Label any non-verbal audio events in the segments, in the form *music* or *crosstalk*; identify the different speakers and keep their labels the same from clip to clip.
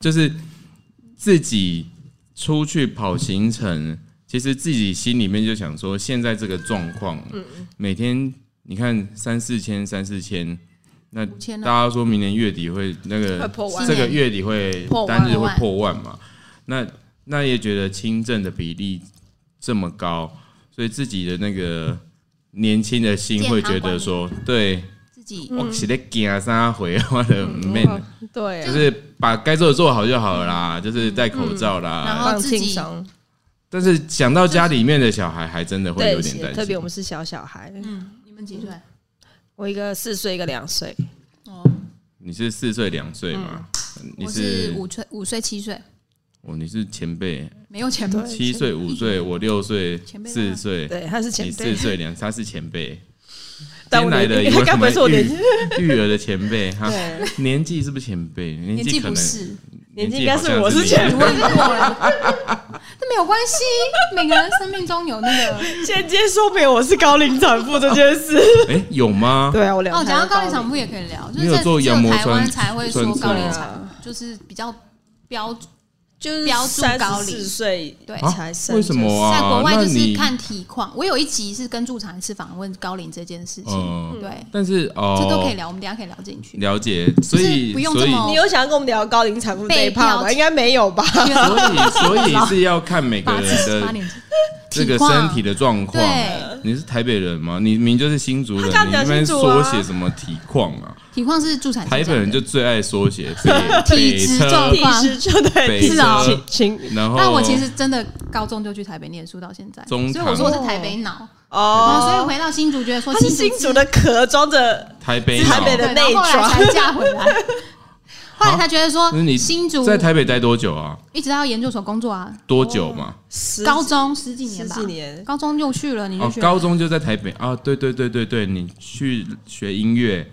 Speaker 1: 就是自己出去跑行程，其实自己心里面就想说，现在这个状况，
Speaker 2: 嗯
Speaker 1: 每天你看三四千、三四千，那
Speaker 2: 五千
Speaker 1: 大
Speaker 2: 啊
Speaker 1: 家说明年月底会那
Speaker 3: 会
Speaker 1: 个
Speaker 3: 破万
Speaker 1: 这个月底会
Speaker 2: 破万
Speaker 1: 单日会破万嘛？那那也觉得轻症的比例这么高，所以自己的那个年轻的心会觉得说，对
Speaker 2: 自己
Speaker 1: 我是在惊啥回，我的
Speaker 2: 嗯
Speaker 1: 面，
Speaker 2: 哦
Speaker 3: 对
Speaker 2: 啊
Speaker 1: 就，是把该做的做好就好了啦，就是戴口罩
Speaker 2: 然
Speaker 1: 啦。
Speaker 2: 后
Speaker 3: 放
Speaker 2: 自己
Speaker 3: 轻松，
Speaker 1: 但是想到家里面的小孩，还真的会
Speaker 3: 对
Speaker 1: 有点，担
Speaker 3: 特别我
Speaker 1: 心。
Speaker 3: 们是小小孩，
Speaker 2: 嗯，你们几岁？
Speaker 3: 我一个四岁，一个两
Speaker 1: *laughs*
Speaker 3: 岁，
Speaker 2: 哦，
Speaker 1: 你是四岁两岁吗？你
Speaker 2: 我是五岁五岁七岁，
Speaker 1: 哦，你是前辈，
Speaker 2: 没有前辈，
Speaker 1: 七岁五岁，我六岁
Speaker 2: 前辈吗
Speaker 1: 四岁，
Speaker 3: 对，他是前
Speaker 1: 你
Speaker 3: 辈
Speaker 1: 四，岁两，他是前辈。
Speaker 3: 但
Speaker 1: 今
Speaker 3: 我
Speaker 1: 天来的
Speaker 3: *laughs* 年
Speaker 1: 有
Speaker 3: 该
Speaker 1: 什
Speaker 3: 不会
Speaker 1: 么
Speaker 3: 是我年
Speaker 1: 育
Speaker 3: 纪？
Speaker 1: 育儿的前辈哈？
Speaker 3: 对，
Speaker 1: 年纪是不是前辈？年
Speaker 2: 年纪
Speaker 1: 可
Speaker 2: 不
Speaker 1: 能
Speaker 2: 是，
Speaker 3: 年纪
Speaker 1: 纪
Speaker 3: 应该
Speaker 1: 好
Speaker 3: 是
Speaker 1: 像
Speaker 3: 我
Speaker 1: 是
Speaker 3: 是
Speaker 1: 你
Speaker 3: 前
Speaker 2: 我也是我了，这没有关系，每个人生命中有那个。 *laughs*
Speaker 3: 间接说明我是高龄产妇这件
Speaker 1: *laughs*
Speaker 3: 事。
Speaker 1: 哎，有吗？
Speaker 3: 对啊，我两
Speaker 2: 哦，
Speaker 3: 胎
Speaker 2: 讲到高
Speaker 3: 龄
Speaker 2: 龄产妇也可以聊，就
Speaker 1: 你
Speaker 2: 是
Speaker 1: 有
Speaker 2: 在
Speaker 1: 做
Speaker 2: 只有
Speaker 1: 羊膜
Speaker 2: 台湾
Speaker 1: 穿
Speaker 2: 才会说
Speaker 1: 穿刺
Speaker 2: 高龄
Speaker 1: 吗
Speaker 2: 产妇，就是比较标准。
Speaker 3: 就是
Speaker 2: 标注
Speaker 3: 三
Speaker 2: 高
Speaker 3: 十
Speaker 2: 龄
Speaker 3: 四岁
Speaker 2: 对
Speaker 1: 啊
Speaker 3: 才生，
Speaker 1: 为什么
Speaker 2: 在国
Speaker 1: 啊？
Speaker 2: 外
Speaker 1: 那
Speaker 2: 就是
Speaker 1: 你
Speaker 2: 看体况。我有一集是跟助产师访问高龄这件事情，
Speaker 1: 嗯，
Speaker 2: 对，
Speaker 1: 但是哦，
Speaker 2: 这都可以聊，我们等一下可以聊进去。
Speaker 1: 了解，所以
Speaker 2: 不用
Speaker 1: 所
Speaker 2: 这
Speaker 1: 以
Speaker 2: 么
Speaker 3: 你有想要跟我们聊高龄产妇这一趴 *laughs*
Speaker 2: 被
Speaker 3: 吗？
Speaker 2: 标
Speaker 3: 应该没有吧？
Speaker 1: 所以所以是要看每个
Speaker 2: 八
Speaker 1: 人
Speaker 2: 十八
Speaker 1: 的
Speaker 2: 年级，
Speaker 1: 这个
Speaker 2: 体况
Speaker 1: 身体的状况。
Speaker 2: 对
Speaker 1: 你是台北人吗？你明明就是新竹人，
Speaker 3: 他刚
Speaker 1: 你
Speaker 3: 讲
Speaker 1: 那边
Speaker 3: 新竹啊
Speaker 1: 缩写什么体况啊？
Speaker 2: 体况是助产师
Speaker 1: 台
Speaker 2: 讲的，
Speaker 1: 北人就最爱缩写北
Speaker 2: 体
Speaker 1: 北
Speaker 2: 质
Speaker 1: 车
Speaker 2: 状，
Speaker 3: 体质就对，
Speaker 1: 北
Speaker 3: 体
Speaker 2: 是啊
Speaker 1: 车
Speaker 3: 质，情
Speaker 1: 然后
Speaker 2: 但我其实真的高中就去台北念书，到现在，所
Speaker 1: 哦中
Speaker 2: 以我说我是
Speaker 3: 堂
Speaker 2: 台北脑，
Speaker 3: 哦，
Speaker 2: 所以回到新竹觉得说
Speaker 3: 它是
Speaker 2: 新
Speaker 3: 新
Speaker 2: 竹
Speaker 3: 竹的壳装着，
Speaker 1: 台北
Speaker 3: 台北
Speaker 1: 脑
Speaker 3: 的
Speaker 2: 对，然后后来才嫁回
Speaker 1: *laughs*
Speaker 2: 来。后来他觉得说
Speaker 1: 那，你
Speaker 2: 新竹
Speaker 1: 在台北待多久啊？
Speaker 2: 一直到研究所工作啊，
Speaker 1: 多久嘛？
Speaker 3: 十
Speaker 2: 高中十几年吧，
Speaker 3: 十几年
Speaker 2: 高中就去了，你就
Speaker 1: 哦
Speaker 2: 去，了
Speaker 1: 高中就在台北啊，对对对对对，你去学音乐，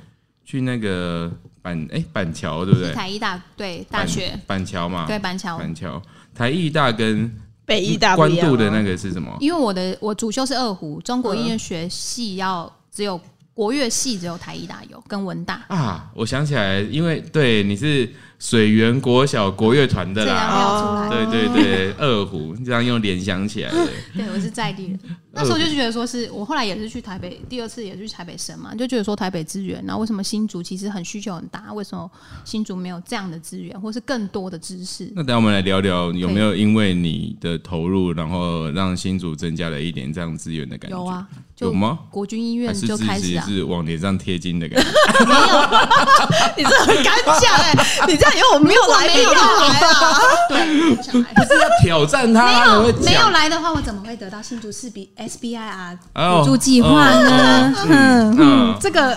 Speaker 1: 去那个板哎板桥对不对
Speaker 2: 是？台医大对大
Speaker 1: 板
Speaker 2: 学
Speaker 1: 板桥嘛，
Speaker 2: 对板桥，
Speaker 1: 板桥台艺大跟
Speaker 3: 北医大不
Speaker 1: 关
Speaker 2: 啊
Speaker 3: 一样
Speaker 1: 渡的那
Speaker 3: 个
Speaker 1: 个是什么？
Speaker 2: 因为我的我主修是二胡，中国音乐学系要只有国乐系只有台医大有跟文大，
Speaker 1: 啊，我想起来，因为对你是水源国小国乐团的
Speaker 2: 这样
Speaker 1: 啦，
Speaker 2: 要出
Speaker 3: 哦
Speaker 2: 来，
Speaker 1: 对对对，二胡这样又联想起
Speaker 2: *laughs*
Speaker 1: 来了。
Speaker 2: 对，我是在
Speaker 1: *laughs*
Speaker 2: 地人。那
Speaker 1: 呃
Speaker 2: 时候就觉得说是我后来也是去台北，第二次也是去台北省嘛，就觉得说台北资源，然后为什么新竹其实很需求很大，为什么新竹没有这样的资源，或是更多的知识？
Speaker 1: 那等一下我们来聊聊，有没有因为你的投入，然后让新竹增加了一点这样资源的感觉？
Speaker 2: 有，啊，
Speaker 1: 有
Speaker 2: 就
Speaker 1: 吗？
Speaker 2: 国军医
Speaker 1: 还
Speaker 2: 院
Speaker 1: 是
Speaker 2: 就
Speaker 1: 自
Speaker 2: 开始
Speaker 1: 己
Speaker 2: 啊，
Speaker 1: 是往脸上贴金的感觉？
Speaker 2: 没有，
Speaker 3: 你这很敢讲哎，你这样以后我们没有来宾要来啊？
Speaker 2: 对，不想来 *laughs* 不是啊
Speaker 1: 挑战他，
Speaker 2: 没
Speaker 1: 啊我会
Speaker 2: 有
Speaker 1: 讲
Speaker 2: 没有来的话，我怎么会得到新竹市比 SBIR
Speaker 1: 哦
Speaker 2: 补助计划呢？ *laughs* 嗯
Speaker 1: 嗯
Speaker 2: 嗯，这个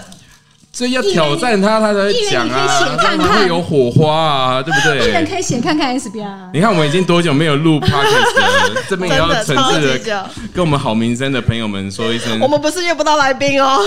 Speaker 1: 所以要挑战他，他才会讲啊，
Speaker 2: 一人一天写看看
Speaker 1: 他会有火花啊，对不
Speaker 2: 一人
Speaker 1: 对？
Speaker 2: 可以写看看 SBIR。
Speaker 1: 你看我们已经多久没有录 podcast 了？
Speaker 3: *laughs*
Speaker 1: 这边也要诚挚嗯
Speaker 3: 真的超级
Speaker 1: 的
Speaker 3: 久
Speaker 1: 跟我们好名声的朋友们说一声
Speaker 3: 我。们不是约不到来宾哦，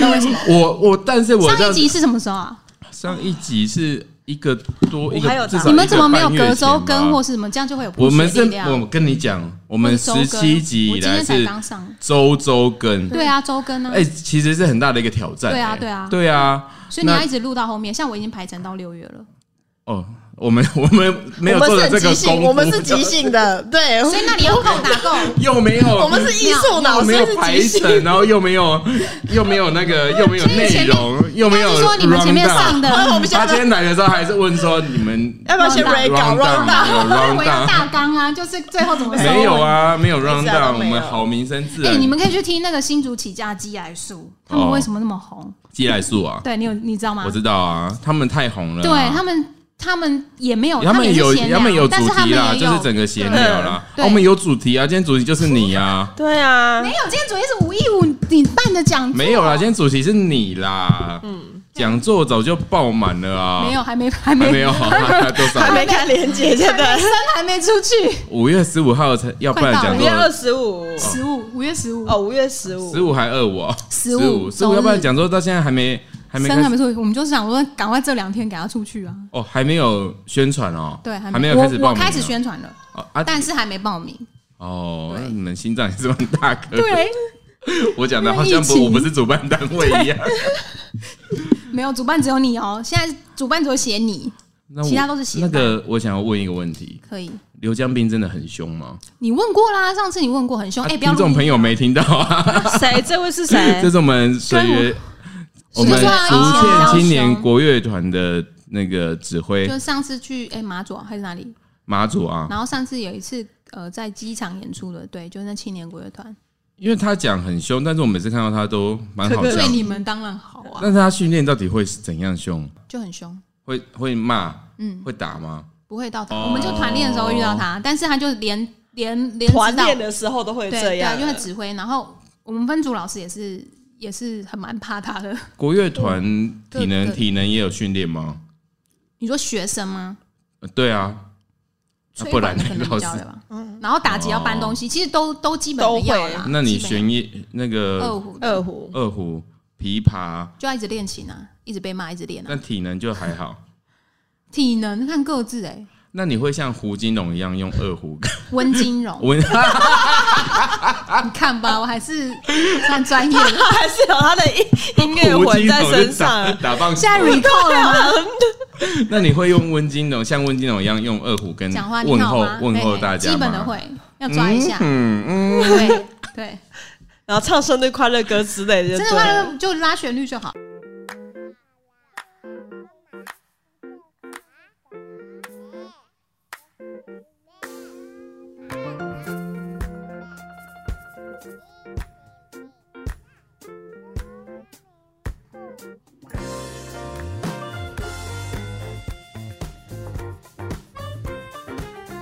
Speaker 2: 那为什么？
Speaker 1: 我我，但是我
Speaker 2: 上
Speaker 1: 这
Speaker 2: 一集是什么时候啊？
Speaker 1: 上一集是一个多一
Speaker 3: 还有
Speaker 1: 个，
Speaker 3: 打
Speaker 1: 至少
Speaker 2: 你们怎么没有
Speaker 1: 一个半
Speaker 2: 隔
Speaker 1: 月前吧
Speaker 2: 周更或是什么？这样就会有
Speaker 1: 我们是
Speaker 2: 是，，
Speaker 1: 我跟你讲，我们
Speaker 2: 或者
Speaker 1: 十
Speaker 2: 周更
Speaker 1: 七集以来
Speaker 2: 我今天
Speaker 1: 是
Speaker 2: 才刚上。
Speaker 1: 周周更，
Speaker 2: 对啊，周更啊，
Speaker 1: 哎，其实是很大的一个挑战。
Speaker 2: 对啊
Speaker 1: 哎
Speaker 2: 对啊
Speaker 1: 对啊。
Speaker 2: 所以你要
Speaker 1: 那
Speaker 2: 一直录到后面。像我已经排成到六月了，
Speaker 1: 哦，我们我们没有
Speaker 3: 我
Speaker 1: 做
Speaker 3: 们
Speaker 1: 的
Speaker 3: 是
Speaker 1: 这
Speaker 3: 很
Speaker 1: 个
Speaker 3: 即
Speaker 1: 功
Speaker 3: 兴，
Speaker 1: 夫，
Speaker 3: 我们是即兴的，对，
Speaker 2: 所以那你要靠打 *laughs* 够。
Speaker 1: 又没有，
Speaker 3: 我们是艺术脑，
Speaker 1: 又没
Speaker 3: 所以
Speaker 1: 有排
Speaker 3: 是即兴。
Speaker 1: 程，然后又没有又没有那个又没有内容，又没有
Speaker 2: 但
Speaker 1: round down。
Speaker 2: 是说你们前面上的，
Speaker 3: 我们现
Speaker 1: 他今
Speaker 3: 在
Speaker 1: 天来的时候还是问说你们
Speaker 3: 要不要先 break
Speaker 1: round
Speaker 3: out round
Speaker 1: down 有 round
Speaker 2: 我要
Speaker 1: down
Speaker 2: *laughs* 大纲啊，就是最后怎么收尾
Speaker 1: 没有？啊？没有 round
Speaker 3: 一直啊
Speaker 1: down，
Speaker 3: 都
Speaker 1: 我
Speaker 3: 没有
Speaker 1: 们好名声自
Speaker 2: 哎、
Speaker 1: 然。
Speaker 2: 你们可以去听那个新竹起家鸡来树，他们为什么那么红？
Speaker 1: 寄来素啊，
Speaker 2: 对你有你知道吗？
Speaker 1: 哦我知道啊，他们太红了啊。
Speaker 2: 对他们，他们也没有，
Speaker 1: 他
Speaker 2: 们也
Speaker 1: 们
Speaker 2: 是
Speaker 1: 有
Speaker 2: 闲聊
Speaker 1: 他们有主
Speaker 2: 但是他
Speaker 1: 题
Speaker 2: 们
Speaker 1: 啦，
Speaker 2: 也
Speaker 1: 就
Speaker 2: 有
Speaker 1: 是整个闲聊啦。
Speaker 2: 对
Speaker 1: 哦我们有主题啊，今天主题就是你
Speaker 2: *laughs*
Speaker 1: 啊，
Speaker 3: 对啊
Speaker 2: 没，有。今天主题是五一五你办的讲座，
Speaker 1: 没有啦，今天主题是你啦。嗯，讲座早就爆满了啊，
Speaker 2: 没有，还没还没
Speaker 1: 还没 *laughs* 有，多
Speaker 3: 还
Speaker 1: 少？
Speaker 3: 没看连接，
Speaker 2: 还
Speaker 3: 真
Speaker 2: 没
Speaker 3: 的。
Speaker 2: *laughs* 生还没出去，
Speaker 1: 五月十五号才要办讲
Speaker 3: *laughs* 五月二
Speaker 1: 座，
Speaker 3: 十五，
Speaker 2: 十五五月十五
Speaker 3: 哦，五月十五
Speaker 1: 十，五还二五哦，
Speaker 2: 15
Speaker 1: 十五要办讲座，到现在还没还没
Speaker 2: 生
Speaker 1: 开
Speaker 2: 还
Speaker 1: 始
Speaker 2: 没出去，我们就是想说赶快这两天给他出去啊。
Speaker 1: 哦，还没有宣传哦，
Speaker 2: 对，还
Speaker 1: 还没有
Speaker 2: 我
Speaker 1: 开始报
Speaker 2: 我
Speaker 1: 名哦，
Speaker 2: 开始宣传了，
Speaker 1: 哦啊，
Speaker 2: 但是还没报名。
Speaker 1: 哦，
Speaker 2: 对
Speaker 1: 那你们心脏也是蛮大颗，
Speaker 2: 对，
Speaker 1: 我讲的好像
Speaker 2: 因为疫
Speaker 1: 不
Speaker 2: 情
Speaker 1: 我不是主办单位一样，
Speaker 2: 没有主办只有你哦，现在主办只有写你，
Speaker 1: 那
Speaker 2: 其他
Speaker 1: 我
Speaker 2: 都是斜
Speaker 1: 那
Speaker 2: 杠
Speaker 1: 个，我想要问一个问题：
Speaker 2: 可以。
Speaker 1: 刘江斌真的很凶吗？
Speaker 2: 你问过啦，上次你问过很凶，哎、
Speaker 1: 啊
Speaker 2: 不要
Speaker 1: 听众朋友没听到啊，
Speaker 3: 谁？这位是谁
Speaker 1: *laughs* 这？是我们水月，我们
Speaker 2: 是啊
Speaker 1: 福建青
Speaker 2: 比较
Speaker 1: 年
Speaker 2: 凶
Speaker 1: 国乐团的那个指挥
Speaker 2: 就上次去哎、马祖啊还是哪里，
Speaker 1: 马祖啊，
Speaker 2: 然后上次有一次呃在机场演出的，对，就是那青年国乐团，
Speaker 1: 因为他讲很凶，但是我每次看到他都蛮好笑
Speaker 2: 对
Speaker 1: 的。
Speaker 2: 你们当然好啊，
Speaker 1: 但是他训练到底会是怎样凶？
Speaker 2: 就很凶，
Speaker 1: 会会骂？
Speaker 2: 嗯
Speaker 1: 会打吗？
Speaker 2: 不会到他，
Speaker 1: 哦
Speaker 2: 我们就团练的时候遇到他，但是他就连连连
Speaker 3: 团
Speaker 2: 指导
Speaker 3: 练的时候都会
Speaker 2: 对
Speaker 3: 这
Speaker 2: 对
Speaker 3: 样
Speaker 2: 啊，
Speaker 3: 了，
Speaker 2: 就会指挥，然后我们分组老师也是也是很蛮怕他的，
Speaker 1: 国乐团体
Speaker 2: 嗯对
Speaker 1: 能
Speaker 2: 对
Speaker 1: 体能也有训练吗？
Speaker 2: 你说学生吗？
Speaker 1: 呃对啊，啊
Speaker 2: 吹
Speaker 1: 不然
Speaker 2: 管可能
Speaker 1: 老
Speaker 2: 比
Speaker 1: 师哦
Speaker 2: 较的吧，然后打击要搬东西，其实都都基本的要啦
Speaker 3: 都。
Speaker 1: 那你
Speaker 2: 基本
Speaker 1: 弦乐那
Speaker 2: 要二
Speaker 1: 个
Speaker 2: 胡
Speaker 3: 二胡
Speaker 1: 二胡、琵琶，
Speaker 2: 就要一直练琴啊，一直被骂，一直练啊。
Speaker 1: 那体能就还好。
Speaker 2: 体能看各自哎、
Speaker 1: 那你会像胡金龙一样用二
Speaker 2: *laughs*
Speaker 1: 胡？
Speaker 2: 温金荣，
Speaker 1: *laughs* 我
Speaker 2: 你看吧，我还是算专
Speaker 1: *laughs*
Speaker 2: 业的。
Speaker 3: 还是有他的音音乐
Speaker 1: 胡
Speaker 3: 魂
Speaker 1: 金
Speaker 3: 在
Speaker 1: 龙
Speaker 3: 身
Speaker 1: 是打
Speaker 3: 上。啊
Speaker 1: 打棒球
Speaker 2: 现。在 recall 了吗？
Speaker 1: 那你会用温金龙像温金龙一样用二胡跟
Speaker 2: 讲话
Speaker 1: 嗯
Speaker 2: 你
Speaker 1: 问
Speaker 2: 好
Speaker 1: 候
Speaker 2: 吗？
Speaker 1: 问候
Speaker 2: 嘿
Speaker 1: 大家吗？
Speaker 2: 基本的会要抓一下。
Speaker 1: 嗯嗯，
Speaker 2: 对
Speaker 1: *laughs*
Speaker 2: 对，
Speaker 3: 然后唱生日快乐歌之类的就
Speaker 2: 真
Speaker 3: 对
Speaker 2: 的话
Speaker 3: 了，
Speaker 2: 就就拉旋律就好。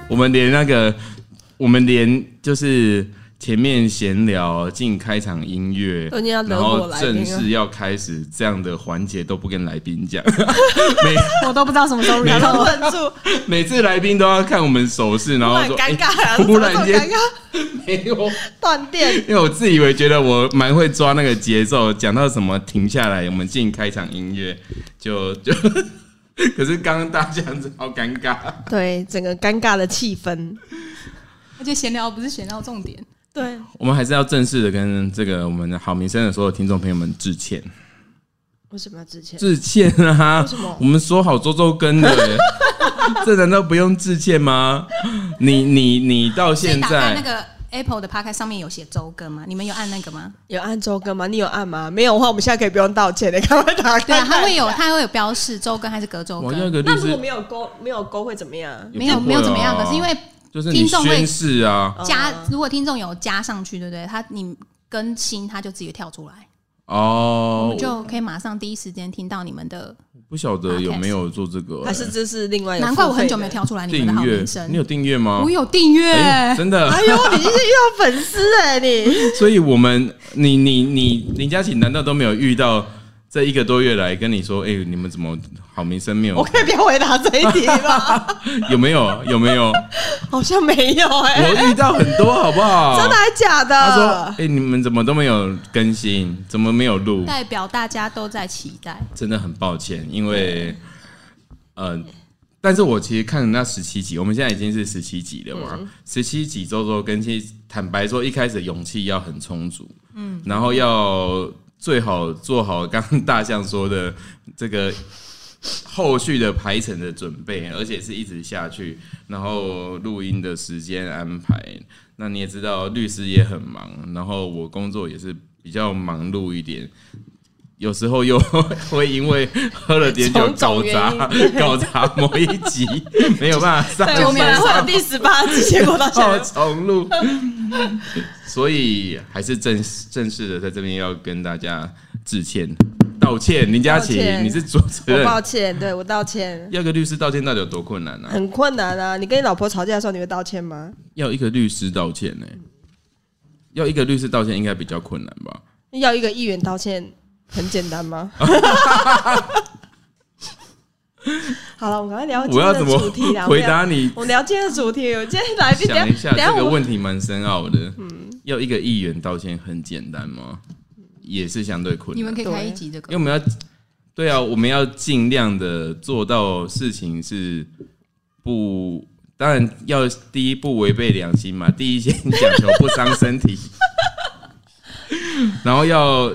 Speaker 1: 我们连那个，我们连就是前面闲聊进开场音乐
Speaker 3: 都已经要，惹
Speaker 1: 然
Speaker 3: 火
Speaker 1: 后
Speaker 3: 来宾了
Speaker 1: 正式要开始这样的环节都不跟来宾讲， *laughs*
Speaker 2: 我都不知道什么时候
Speaker 3: 然
Speaker 2: recall
Speaker 3: 后。忍住，
Speaker 1: 每次来宾都要看我们手势，然
Speaker 3: 突
Speaker 1: 后
Speaker 3: 然
Speaker 1: 说
Speaker 3: 尴尬啊，
Speaker 1: *laughs* 哎忽然
Speaker 3: 怎么这么尴
Speaker 1: 间
Speaker 3: 尬，
Speaker 1: 没有，
Speaker 3: 断
Speaker 2: *laughs*
Speaker 3: 电。
Speaker 1: 因为我自以为觉得我蛮会抓那个节奏，讲到什么停下来，我们进开场音乐就 *laughs* 就，可是刚刚大家这样子好尴尬。
Speaker 3: 对，整个尴尬的气氛。
Speaker 2: 而且闲聊不是闲聊重点，
Speaker 3: 对，
Speaker 1: 我们还是要正式的跟这个我们的好民生的所有听众朋友们致歉，
Speaker 3: 为什么要之前？
Speaker 1: 致歉啊
Speaker 3: 为什么！
Speaker 1: 我们说好周周更的、
Speaker 2: *laughs*
Speaker 1: 这难道不用致歉吗？你你你到
Speaker 2: 所以
Speaker 1: 现
Speaker 2: 打开
Speaker 1: 在，
Speaker 2: 那个 Apple 的 p o d c a s t 上面有写周更吗？你们有按那个吗？
Speaker 3: 有按周更吗？你有按吗？没有的话，我们现在可以不用道歉的，赶快打开。
Speaker 2: 对啊，它会有它会有标示周更还是隔周
Speaker 1: 我要一
Speaker 2: 更，
Speaker 1: 个律
Speaker 3: 那如果
Speaker 1: 师，
Speaker 3: 没有勾，没有勾会怎么样？
Speaker 2: 没
Speaker 1: 啊
Speaker 2: 有没有怎么样，可是因为
Speaker 1: 就是你
Speaker 2: 听众会
Speaker 1: 宣誓啊，
Speaker 2: 加
Speaker 3: 嗯，
Speaker 2: 如果听众有加上去，对不对？他你更新，他就自己跳出来，我
Speaker 1: 哦
Speaker 2: 们，就可以马上第一时间听到你们的。
Speaker 1: 不晓得有没有做这个、呃
Speaker 3: 还是这是另外一个
Speaker 2: 难怪我很久
Speaker 3: 付费
Speaker 2: 没
Speaker 3: 的。
Speaker 2: 跳出来你们的
Speaker 1: 订
Speaker 2: 好
Speaker 1: 阅
Speaker 2: 名？声
Speaker 1: 你，有订阅吗
Speaker 2: 我？有订阅
Speaker 1: 哎，真的，
Speaker 3: 哎呦，你就是遇到粉丝哎，你
Speaker 1: *laughs* 所以我们你你你林佳琪难道都没有遇到这一个多月来跟你说，哎、你们怎么好名声没有
Speaker 3: 我？可以不要回答这一题
Speaker 1: *laughs*
Speaker 3: 吗？
Speaker 1: 有没有？有没有？
Speaker 3: 好像没有哎，
Speaker 1: 我遇到很多，好不
Speaker 2: *laughs*
Speaker 1: 好？
Speaker 3: 真的还假
Speaker 1: 他说：“
Speaker 3: 的
Speaker 1: 哎、？你们怎么都没有更新，怎么没有录？
Speaker 2: 代表大家都在期待。
Speaker 1: 真的很抱歉，因为，呃，但是我其实看了那十七集，我们现在已经是十七集了
Speaker 3: 嗯
Speaker 1: 嘛，十七、集周周更新，坦白说，一开始勇气要很充足，嗯，然后要最好做好刚刚大象说的这个后续的排程的准备，而且是一直下去，然后录音的时间安排。那你也知道，律师也很忙，然后我工作也是比较忙碌一点，有时候又 *laughs* 会因为喝了点酒
Speaker 3: 种
Speaker 1: 搞
Speaker 3: 种原
Speaker 1: 砸
Speaker 3: 因
Speaker 1: 搞砸某一集，没有办法上
Speaker 3: 对，我们
Speaker 1: 线
Speaker 3: 来会有
Speaker 1: 上
Speaker 3: 第十八集，结果到现
Speaker 1: 哦
Speaker 3: 在
Speaker 1: 重录，所以还是正正式的在这边要跟大家致歉道歉。林佳琪
Speaker 3: 道，歉
Speaker 1: 你是主持
Speaker 3: 我
Speaker 1: 人，
Speaker 3: 抱歉，对我道歉，
Speaker 1: 要个律师道歉到底有多困难啊？
Speaker 3: 很困难啊！你跟你老婆吵架的时候，你会道歉吗？
Speaker 1: 要一个律师道歉呢、要一个律师道歉应该比较困难吧？
Speaker 3: 要一个议员道歉很简
Speaker 1: *laughs*
Speaker 3: 单吗？好了，我们赶快聊今
Speaker 1: 我
Speaker 3: 天
Speaker 1: 要
Speaker 3: 的
Speaker 1: 怎么
Speaker 3: 啊主题啦。
Speaker 1: 回答你？
Speaker 3: 我们聊？我们聊今天的主题，我今天来宾，
Speaker 1: 想一下，
Speaker 3: 等下
Speaker 1: 这个
Speaker 3: 我
Speaker 1: 问题蛮深奥的。要一个议员道歉很简单吗？也是相对困
Speaker 2: 你
Speaker 1: 难
Speaker 2: 们。可以开
Speaker 3: 对
Speaker 2: 一集这
Speaker 1: 因为
Speaker 2: 个
Speaker 1: 我们要，对啊，我们要尽量的做到事情是不，当然要第一不违背良心嘛， *laughs* 第一先讲求不伤身体，然后要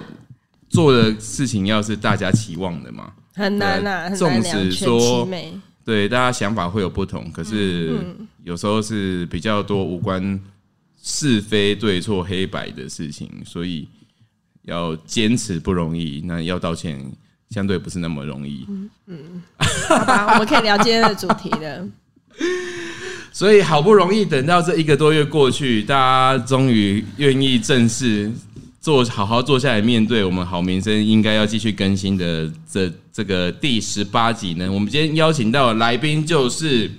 Speaker 1: 做的事情要是大家期望的嘛，
Speaker 3: 很难啊，很
Speaker 1: 纵
Speaker 3: 难
Speaker 1: 使
Speaker 3: 两全
Speaker 1: 说
Speaker 3: 其美。
Speaker 1: 对，大家想法会有不同，可是有时候是比较多无关是非对错黑白的事情，所以要坚持不容易，那要道歉相对不是那么容易，
Speaker 3: 好吧，我们可以聊今天的主题了。
Speaker 1: *laughs* 所以好不容易等到这一个多月过去，大家终于愿意正式坐好好坐下来面对我们好民生应该要继续更新的这这个第十八集呢。我们今天邀请到的来宾就是。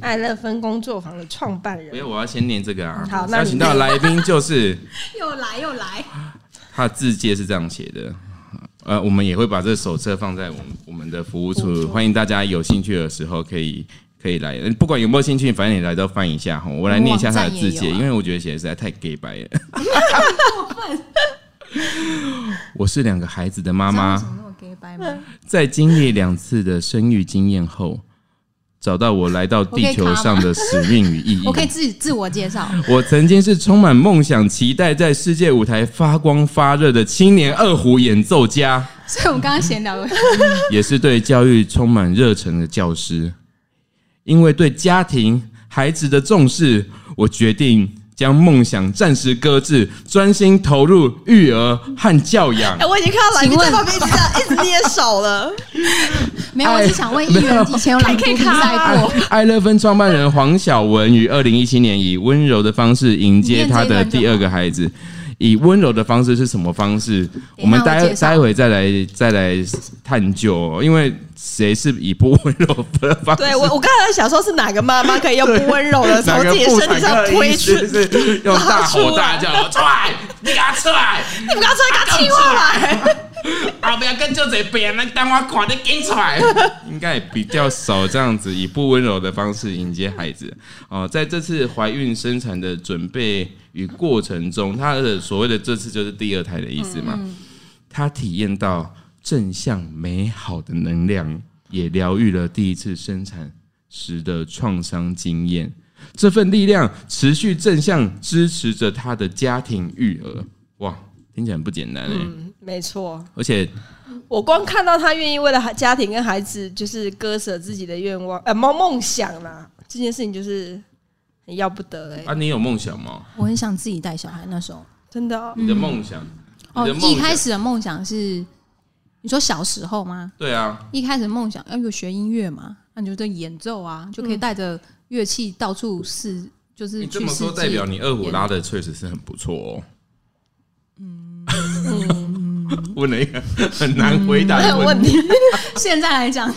Speaker 3: 爱乐芬工作坊的创办
Speaker 1: 没
Speaker 3: 人
Speaker 1: 有，我要先念这个啊。
Speaker 3: 好那
Speaker 1: 邀
Speaker 3: 你
Speaker 1: 请到的来宾就是
Speaker 2: 又来又
Speaker 3: *laughs*
Speaker 2: 来，
Speaker 1: 他的字界是这样写的。呃，我们也会把这手册放在我们我们的服务处，欢迎大家有兴趣的时候可以可以来，呃不管有没有兴趣，反正你来都翻一下哈。我来念一下他的字
Speaker 2: 我们网站也
Speaker 1: 界，
Speaker 2: 有啊
Speaker 1: 因为我觉得写的实在太 gay 白了。我是两个孩子的妈妈。
Speaker 2: 怎么那么 gay 掰吗？
Speaker 1: 在经历两次的生育经验后，找到我来到地球上的使命与意义。
Speaker 2: *laughs* 我可以自自我介绍，
Speaker 1: 我曾经是充满梦想、期待在世界舞台发光发热的青年二胡演奏家，
Speaker 2: 所以我们刚刚闲聊，
Speaker 1: 也是对教育充满热忱的教师。因为对家庭、孩子的重视，我决定将梦想暂时搁置，专心投入育儿和教养
Speaker 3: 哎、。我已经看到来宾
Speaker 2: 请问
Speaker 3: 在旁边一直这样一直捏手了，
Speaker 2: 没有，
Speaker 1: 哎
Speaker 2: 我只想问议员以前有
Speaker 1: *laughs*
Speaker 2: 来宾比
Speaker 1: 啊
Speaker 2: 赛过，
Speaker 1: 爱乐芬创办人黄晓雯于二零一七年以温柔的方式迎接她的第二个孩子。以温柔的方式是什么方式？我们待
Speaker 2: 我介绍
Speaker 1: 待会再来再来探究哦，因为谁是以不温柔的方式？
Speaker 3: 对我，我刚才在想说是哪个妈妈可以用不温柔的
Speaker 1: *laughs*
Speaker 3: 从
Speaker 1: 哪
Speaker 3: 自
Speaker 1: 个
Speaker 3: 己
Speaker 1: 妇
Speaker 3: 身
Speaker 1: 产科
Speaker 3: 体上
Speaker 1: 的
Speaker 3: 推
Speaker 1: 医
Speaker 3: 出
Speaker 1: 师？是用大吼大
Speaker 3: *laughs*
Speaker 1: 叫出来，你给他出来，
Speaker 3: 你们刚才给他气话来，
Speaker 1: 后边跟就这边，那等我看你跟出来。 *laughs* 应该也比较少这样子以不温柔的方式迎接孩子哦。在这次怀孕生产的准备与过程中，她的所谓的这次就是第二胎的意思嘛，她体验到正向美好的能量，也疗愈了第一次生产时的创伤经验。这份力量持续正向支持着她的家庭育儿，哇，听起来很不简单哎、
Speaker 3: 嗯， *laughs* 没错。
Speaker 1: 而且
Speaker 3: 我光看到他愿意为了孩家庭跟孩子，就是割舍自己的愿望，呃，梦梦想啦，这件事情就是很要不得哎、
Speaker 1: 啊，你有梦想吗？
Speaker 2: 我很想自己带小孩，那时候
Speaker 3: 真的、哦。
Speaker 1: 你的梦想，
Speaker 2: 哦，
Speaker 1: 你的梦想
Speaker 2: 一开始的梦想是你说小时候吗？
Speaker 1: 对啊，
Speaker 2: 一开始梦想要有学音乐嘛，那你就在演奏啊，就可
Speaker 3: 嗯
Speaker 2: 以带着乐器到处试，就是
Speaker 1: 你这
Speaker 2: 去
Speaker 1: 么
Speaker 2: 世
Speaker 1: 说
Speaker 2: 界。
Speaker 1: 代表你二胡拉的确实是很不错哦。嗯，问了一个很难回答
Speaker 2: *laughs*
Speaker 1: 的
Speaker 3: 有
Speaker 1: 问
Speaker 3: 问
Speaker 1: 题。
Speaker 3: 题，
Speaker 2: 现在来讲，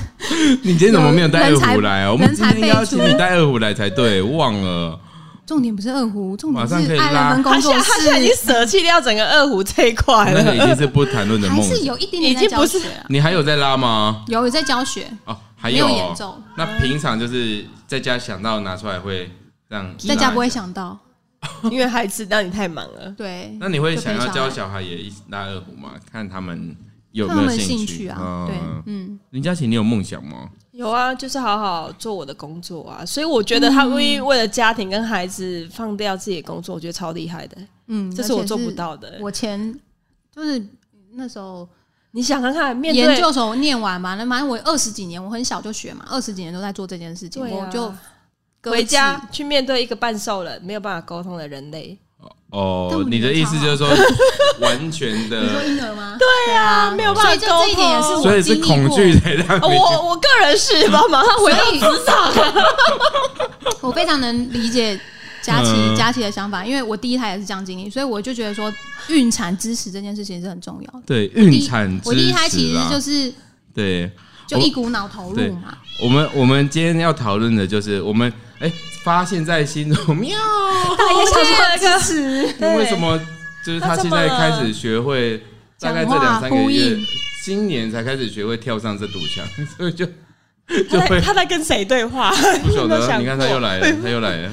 Speaker 1: 你今天怎么没有带二胡来啊？我
Speaker 2: 人才
Speaker 1: 们今
Speaker 2: 人才辈
Speaker 1: 天
Speaker 2: 出
Speaker 1: 邀请你带二胡来才对，忘了。
Speaker 2: 重点不是二胡，重点
Speaker 1: 马上可
Speaker 2: 是
Speaker 1: 以拉
Speaker 2: 爱人跟
Speaker 3: 他
Speaker 2: 工
Speaker 3: 现
Speaker 2: 作
Speaker 3: 在他现在已经
Speaker 2: 室，
Speaker 3: 舍弃掉整个二胡这一块
Speaker 1: 那个已
Speaker 3: 了。
Speaker 1: 经是不谈论的
Speaker 2: 还
Speaker 1: 梦
Speaker 2: 是
Speaker 1: 想。
Speaker 2: 有一点点在
Speaker 3: 已经
Speaker 2: 教
Speaker 3: 不是
Speaker 2: 学啊。
Speaker 1: 你还有在拉吗？
Speaker 2: 有有在教学，
Speaker 1: 哦，还
Speaker 2: 没
Speaker 1: 有
Speaker 2: 有
Speaker 1: 哦
Speaker 2: 演奏。
Speaker 1: 那平常就是在家想到拿出来会让
Speaker 2: 在家不会。想到，
Speaker 3: *laughs* 因为孩子让你太忙了，
Speaker 2: 对。
Speaker 1: 那你会
Speaker 2: 嗯就
Speaker 1: 想
Speaker 2: 陪
Speaker 1: 要
Speaker 2: 小
Speaker 1: 教
Speaker 2: 孩
Speaker 1: 小孩也一起拉二胡吗？看他们有
Speaker 2: 看
Speaker 1: 没
Speaker 2: 他
Speaker 1: 有
Speaker 2: 们兴
Speaker 1: 趣
Speaker 2: 趣啊？对，嗯，
Speaker 1: 林嘉琪，你有梦想吗？
Speaker 3: 有啊，就是好好做我的工作啊。所以我觉得他愿意为了家庭跟孩子放掉自己的工作，我觉得超厉害的，
Speaker 2: 嗯，
Speaker 3: 这
Speaker 2: 而
Speaker 3: 是我
Speaker 2: 且
Speaker 3: 做不到的。
Speaker 2: 我前就是那时候
Speaker 3: 你想想看，面
Speaker 2: 研
Speaker 3: 对
Speaker 2: 究所念完嘛，那反正我二十几年，我很小就学嘛，二十几年都在做这件事情，
Speaker 3: 对啊
Speaker 2: 我就搁
Speaker 3: 回
Speaker 2: 置
Speaker 3: 家去面对一个半兽人没有办法沟通的人类，
Speaker 2: 但
Speaker 1: 哦
Speaker 2: 我，
Speaker 1: 你的
Speaker 2: 觉得
Speaker 1: 意
Speaker 2: 超
Speaker 1: 思就是
Speaker 2: *laughs*
Speaker 1: 说，完全
Speaker 2: 你说
Speaker 1: 的，
Speaker 2: 婴儿
Speaker 3: *laughs*
Speaker 2: 吗？对啊，
Speaker 3: 没有办法
Speaker 2: 所以就这一点也是
Speaker 3: 沟通
Speaker 1: *laughs*
Speaker 2: 我
Speaker 1: 所以是
Speaker 2: 经历
Speaker 1: 恐
Speaker 2: 过
Speaker 1: 惧才让
Speaker 3: 哦、
Speaker 1: 你。
Speaker 3: 我我个人是吧，马上回到 *laughs* 职场，
Speaker 2: 我非常能理解佳琪
Speaker 1: 嗯
Speaker 2: 佳琪的想法，因为我第一胎也是这样经历，所以我就觉得说孕产支持这件事情是很重要的。
Speaker 1: *laughs* 对孕产
Speaker 2: 我第一胎其
Speaker 1: 支持
Speaker 2: 实
Speaker 1: 啊
Speaker 2: 就是
Speaker 1: 对。
Speaker 2: 就一股脑投入嘛，
Speaker 1: 我们我们今天要讨论的就是我们哎、发现在心中喵，
Speaker 3: 大爷想说
Speaker 2: 持
Speaker 3: 那个
Speaker 1: 为什？么就是他现在开始学会，大概这两三
Speaker 2: 讲话
Speaker 1: 个
Speaker 2: 呼
Speaker 1: 月
Speaker 2: 应，
Speaker 1: 今年才开始学会跳上这堵墙， *laughs* 所以
Speaker 2: *laughs*
Speaker 1: 就
Speaker 3: 对
Speaker 1: 就
Speaker 3: 他
Speaker 1: 会
Speaker 3: 在他在跟谁对话？
Speaker 1: *laughs* 不晓
Speaker 3: 有没有
Speaker 1: 得，
Speaker 3: 想
Speaker 1: 你看他
Speaker 3: 过
Speaker 1: 又来了，他又来了。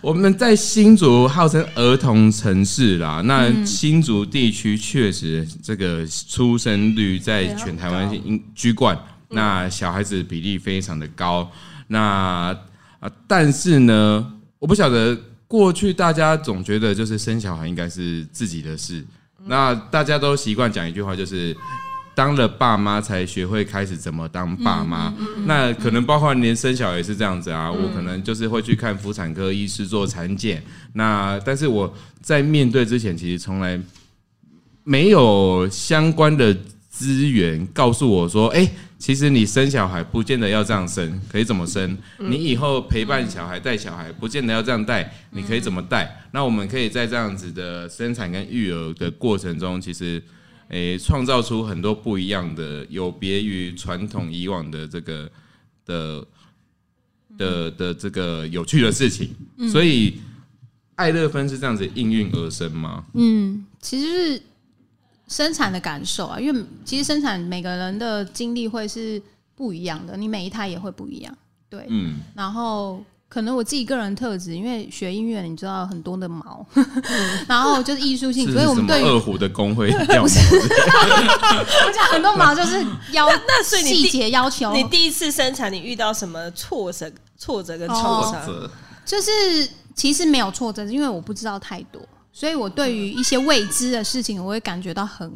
Speaker 1: *laughs* 我们在新竹号称儿童城市啦，那
Speaker 3: 嗯
Speaker 1: 新竹地区确实这个出生率在全台湾应居冠，
Speaker 3: 嗯
Speaker 1: 那小孩子比例非常的高。那啊，但是呢，我不晓得过去大家总觉得就是生小孩应该是自己的事，
Speaker 3: 嗯
Speaker 1: 那大家都习惯讲一句话，就是当了爸妈才学会开始怎么当爸
Speaker 3: 嗯
Speaker 1: 妈。那可能包括连生小也是这样子啊，我可能就是会去看妇产科医师做产检。那但是我在面对之前，其实从来没有相关的资源告诉我说，哎、其实你生小孩不见得要这样生，可以怎么生？你以后陪伴小孩、带小孩，不见得要这样带，你可以怎么带？那我们可以在这样子的生产跟育儿的过程中，其实，诶，创造出很多不一样的，有别于传统以往的这个的的的这个有趣的事情。
Speaker 2: 嗯
Speaker 1: 所以，艾乐芬是这样子应运而生吗？
Speaker 2: 嗯，其实是生产的感受啊，因为其实生产每个人的经历会是不一样的，你每一胎也会不一样。对，
Speaker 1: 嗯，
Speaker 2: 然后可能我自己个人特质，因为学音乐你知道很多的毛，
Speaker 3: 嗯
Speaker 2: *laughs* 然后就是艺术性，
Speaker 1: 是
Speaker 2: 所以我
Speaker 1: 什
Speaker 2: 们
Speaker 1: 么
Speaker 2: 对于
Speaker 3: 呃
Speaker 1: 二胡的工
Speaker 2: *laughs*
Speaker 1: 会要吗？
Speaker 2: 我讲很多毛就是要
Speaker 3: *laughs* 那所以你
Speaker 2: 细
Speaker 3: 第
Speaker 2: 节要求，
Speaker 3: 你第一次生产，你遇到什么挫折、挫折跟
Speaker 2: 哦
Speaker 3: 创伤？
Speaker 1: 者
Speaker 2: 就是其实没有挫折，因为我不知道太多，所以我对于一些未知的事情，我会感觉到很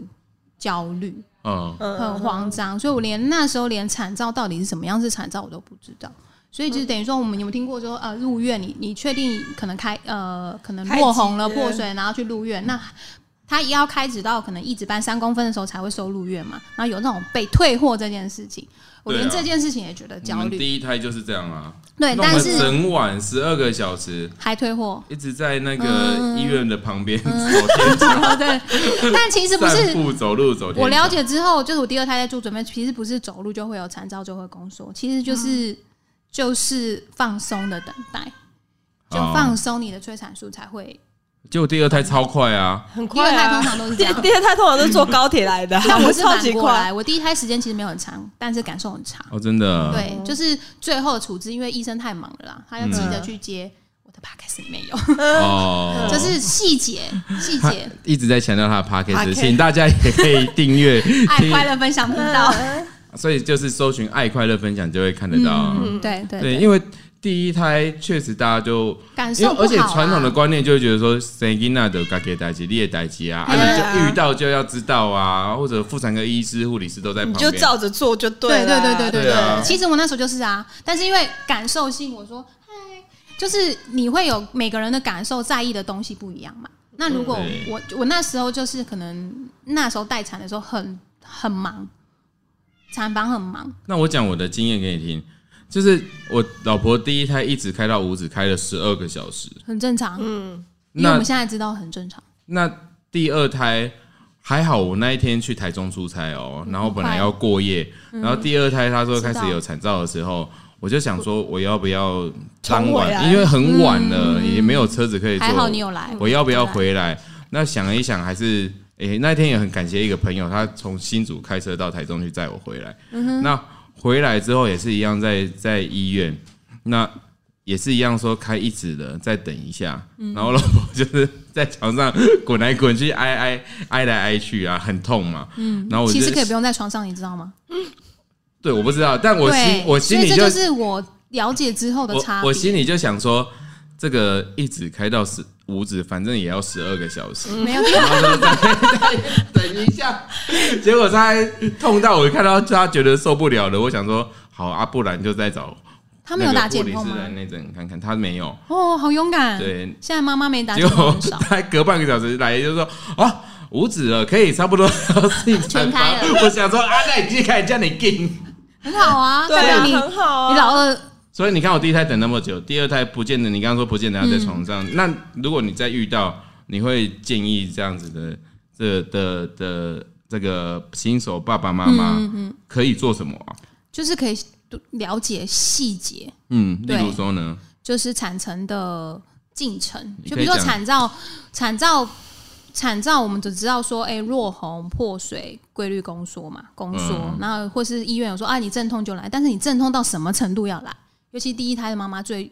Speaker 2: 焦虑、
Speaker 1: 嗯，
Speaker 2: 很慌张，所以我连那时候连产兆到底是什么样是产兆我都不知道。所以就
Speaker 1: 嗯
Speaker 2: 是等于说，我们有没有听过说，呃，入院你你确定可能开呃可能
Speaker 3: 开
Speaker 2: 落
Speaker 1: 嗯
Speaker 2: 红了
Speaker 3: 指
Speaker 2: 破水，然后去入院，那他也要开指到可能一指半三公分的时候才会收入院嘛，然后有那种被退货这件事情，我连
Speaker 1: 对啊嗯
Speaker 2: 这件事情也觉得
Speaker 1: 你
Speaker 2: *laughs* 焦
Speaker 1: 们
Speaker 2: 虑，
Speaker 1: 第一胎就是这样啊，
Speaker 2: 对，
Speaker 1: 弄
Speaker 2: 但
Speaker 1: 了
Speaker 2: 是
Speaker 1: 整晚十二个小时，
Speaker 2: 还退货， *laughs*
Speaker 1: 一直在那个
Speaker 2: 嗯
Speaker 1: 医院的旁边走 *laughs* 天
Speaker 2: 然后对，但其实不
Speaker 1: 散
Speaker 2: 嗯是。
Speaker 1: 步走路走天。
Speaker 2: 我了，解之后，就是我第二胎在做准备，其实不是走路就会有产兆就会宫缩，其实就是、就是放松的等待，就
Speaker 1: 哦
Speaker 2: 放松你的催产素才会。
Speaker 1: 结果第二胎超快啊，
Speaker 3: 很
Speaker 2: 第二
Speaker 3: 快
Speaker 2: 胎通
Speaker 3: 啊！
Speaker 2: 常都是这
Speaker 3: 第 *laughs*
Speaker 2: 样。
Speaker 3: 第二胎通常都是坐高铁来的，
Speaker 2: 但我
Speaker 3: *laughs*
Speaker 2: 是
Speaker 3: 超
Speaker 2: 反
Speaker 3: 级
Speaker 2: 过啊
Speaker 3: 快
Speaker 2: 来，。我第一胎时间其实没有很长，但是感受很长。
Speaker 1: 哦，真的，，
Speaker 2: 对，就是最后的处置，因为医生太忙了啦，他要急着去接。我的 p o d c a s 没有，
Speaker 1: 嗯哦，
Speaker 2: *laughs* 就是细节，细
Speaker 1: 他
Speaker 2: 节，
Speaker 1: 一直在强调他的 podcast，
Speaker 3: Podcast
Speaker 1: 请大家也可以订阅
Speaker 2: *laughs* 爱
Speaker 1: 听，
Speaker 2: 快乐分享频道。
Speaker 1: 所以就是搜寻“爱快乐分享”就会看得到。
Speaker 2: 嗯，对对
Speaker 1: 对，
Speaker 2: 对，
Speaker 1: 因为第一胎确实大家就
Speaker 2: 感
Speaker 1: 因
Speaker 2: 受
Speaker 1: 为
Speaker 2: 不
Speaker 1: 而且
Speaker 2: 好啊
Speaker 1: 传统的观念就会觉得说，生囡仔的该给代级，你的代级啊，啊
Speaker 2: 嗯
Speaker 3: 对
Speaker 1: 你
Speaker 3: 啊
Speaker 1: 就遇到就要知道啊，或者妇产科医师、护理师都在旁
Speaker 3: 你
Speaker 1: 边，
Speaker 3: 就照着做就
Speaker 2: 对
Speaker 3: 对
Speaker 2: 对
Speaker 3: 了。
Speaker 2: 对对对
Speaker 1: 对啊
Speaker 2: 其实我那时候就是啊，但是因为感受性，我说嗨，就是你会有每个人的感受在意的东西不一样嘛。那如果
Speaker 1: 嗯对
Speaker 2: 我我那时候就是可能那时候待产的时候很很忙，产房很忙，
Speaker 1: 那我讲我的经验给你听，就是我老婆第一胎一直开到五指，开了十二个小时。
Speaker 2: 很正常，
Speaker 3: 嗯，
Speaker 2: 因为我
Speaker 1: 那
Speaker 2: 们现在知道很正常。
Speaker 1: 那第二胎还好，我那一天去台中出差哦，
Speaker 2: 嗯
Speaker 1: 然后本来要过夜，然后第二胎她说开始有产兆的时候。我就想说，我要不要当
Speaker 3: 重回
Speaker 1: 晚，
Speaker 3: 来
Speaker 1: 因为很晚了，也没有车子可以坐。
Speaker 2: 嗯还好你有来，
Speaker 1: 我要不要回来？那想了一想，还是诶、那天也很感谢一个朋友，他从新竹开车到台中去载我回来。
Speaker 2: 嗯
Speaker 1: 那回来之后也是一样在，在医院，那也是一样说开一指的，再等一下。
Speaker 2: 嗯
Speaker 1: 然后老婆就是在床上滚来滚去，挨挨挨来挨去啊，很痛嘛。然后我就
Speaker 2: 嗯其实可以不用在床上，你知道吗？
Speaker 1: 对，我不知道，但我心
Speaker 2: 对，
Speaker 1: 我心里
Speaker 2: 所以
Speaker 1: 就
Speaker 2: 这就是我了解之后的差
Speaker 1: 我
Speaker 2: 别。
Speaker 1: 我心里就想说，这个一指开到十五指，反正也要十二个小时。
Speaker 2: 没有， *laughs*
Speaker 1: 然后说再再等一下，结果他还痛到我看到他觉得受不了了，我想说好啊，不然就再找
Speaker 2: 他没有打
Speaker 1: 那个
Speaker 2: 减
Speaker 1: 护理
Speaker 2: 痛
Speaker 1: 师
Speaker 2: 吗？
Speaker 1: 来内诊看看，他没有，
Speaker 2: 哦，好勇敢！
Speaker 1: 对，
Speaker 2: 现在妈妈没打
Speaker 1: 结
Speaker 2: 减
Speaker 1: 果
Speaker 2: 痛很少。
Speaker 1: 他隔半个小时来就说啊。五指了，可以差不多要进产
Speaker 2: 全
Speaker 1: 房
Speaker 2: 开。
Speaker 1: 我想说，啊，那已经开始叫你进。
Speaker 2: 很好
Speaker 3: *laughs*
Speaker 2: 啊，
Speaker 3: 对
Speaker 2: 代
Speaker 3: 啊，
Speaker 2: 表你
Speaker 3: 很好啊。
Speaker 2: 你老二
Speaker 1: 所以你看，我第一胎等那么久，第二胎不见得，你刚刚说不见得要在床上。
Speaker 2: 嗯
Speaker 1: 那如果你再遇到，你会建议这样子的这的的这个新手爸爸妈
Speaker 2: 嗯
Speaker 1: 妈可以做什么啊？
Speaker 2: 就是可以多了解细节，
Speaker 1: 嗯，例
Speaker 2: 对
Speaker 1: 如说呢，
Speaker 2: 就是产程的进程，
Speaker 1: 你
Speaker 2: 就
Speaker 1: 可
Speaker 2: 比
Speaker 1: 以
Speaker 2: 如说
Speaker 1: 讲
Speaker 2: 产兆、产兆、产兆，我们只知道说，哎、落红、破水、规律宫缩嘛，宫缩
Speaker 1: 嗯，
Speaker 2: 然后或是医院有说，啊，你阵痛就来，但是你阵痛到什么程度要来？尤其第一胎的妈妈最，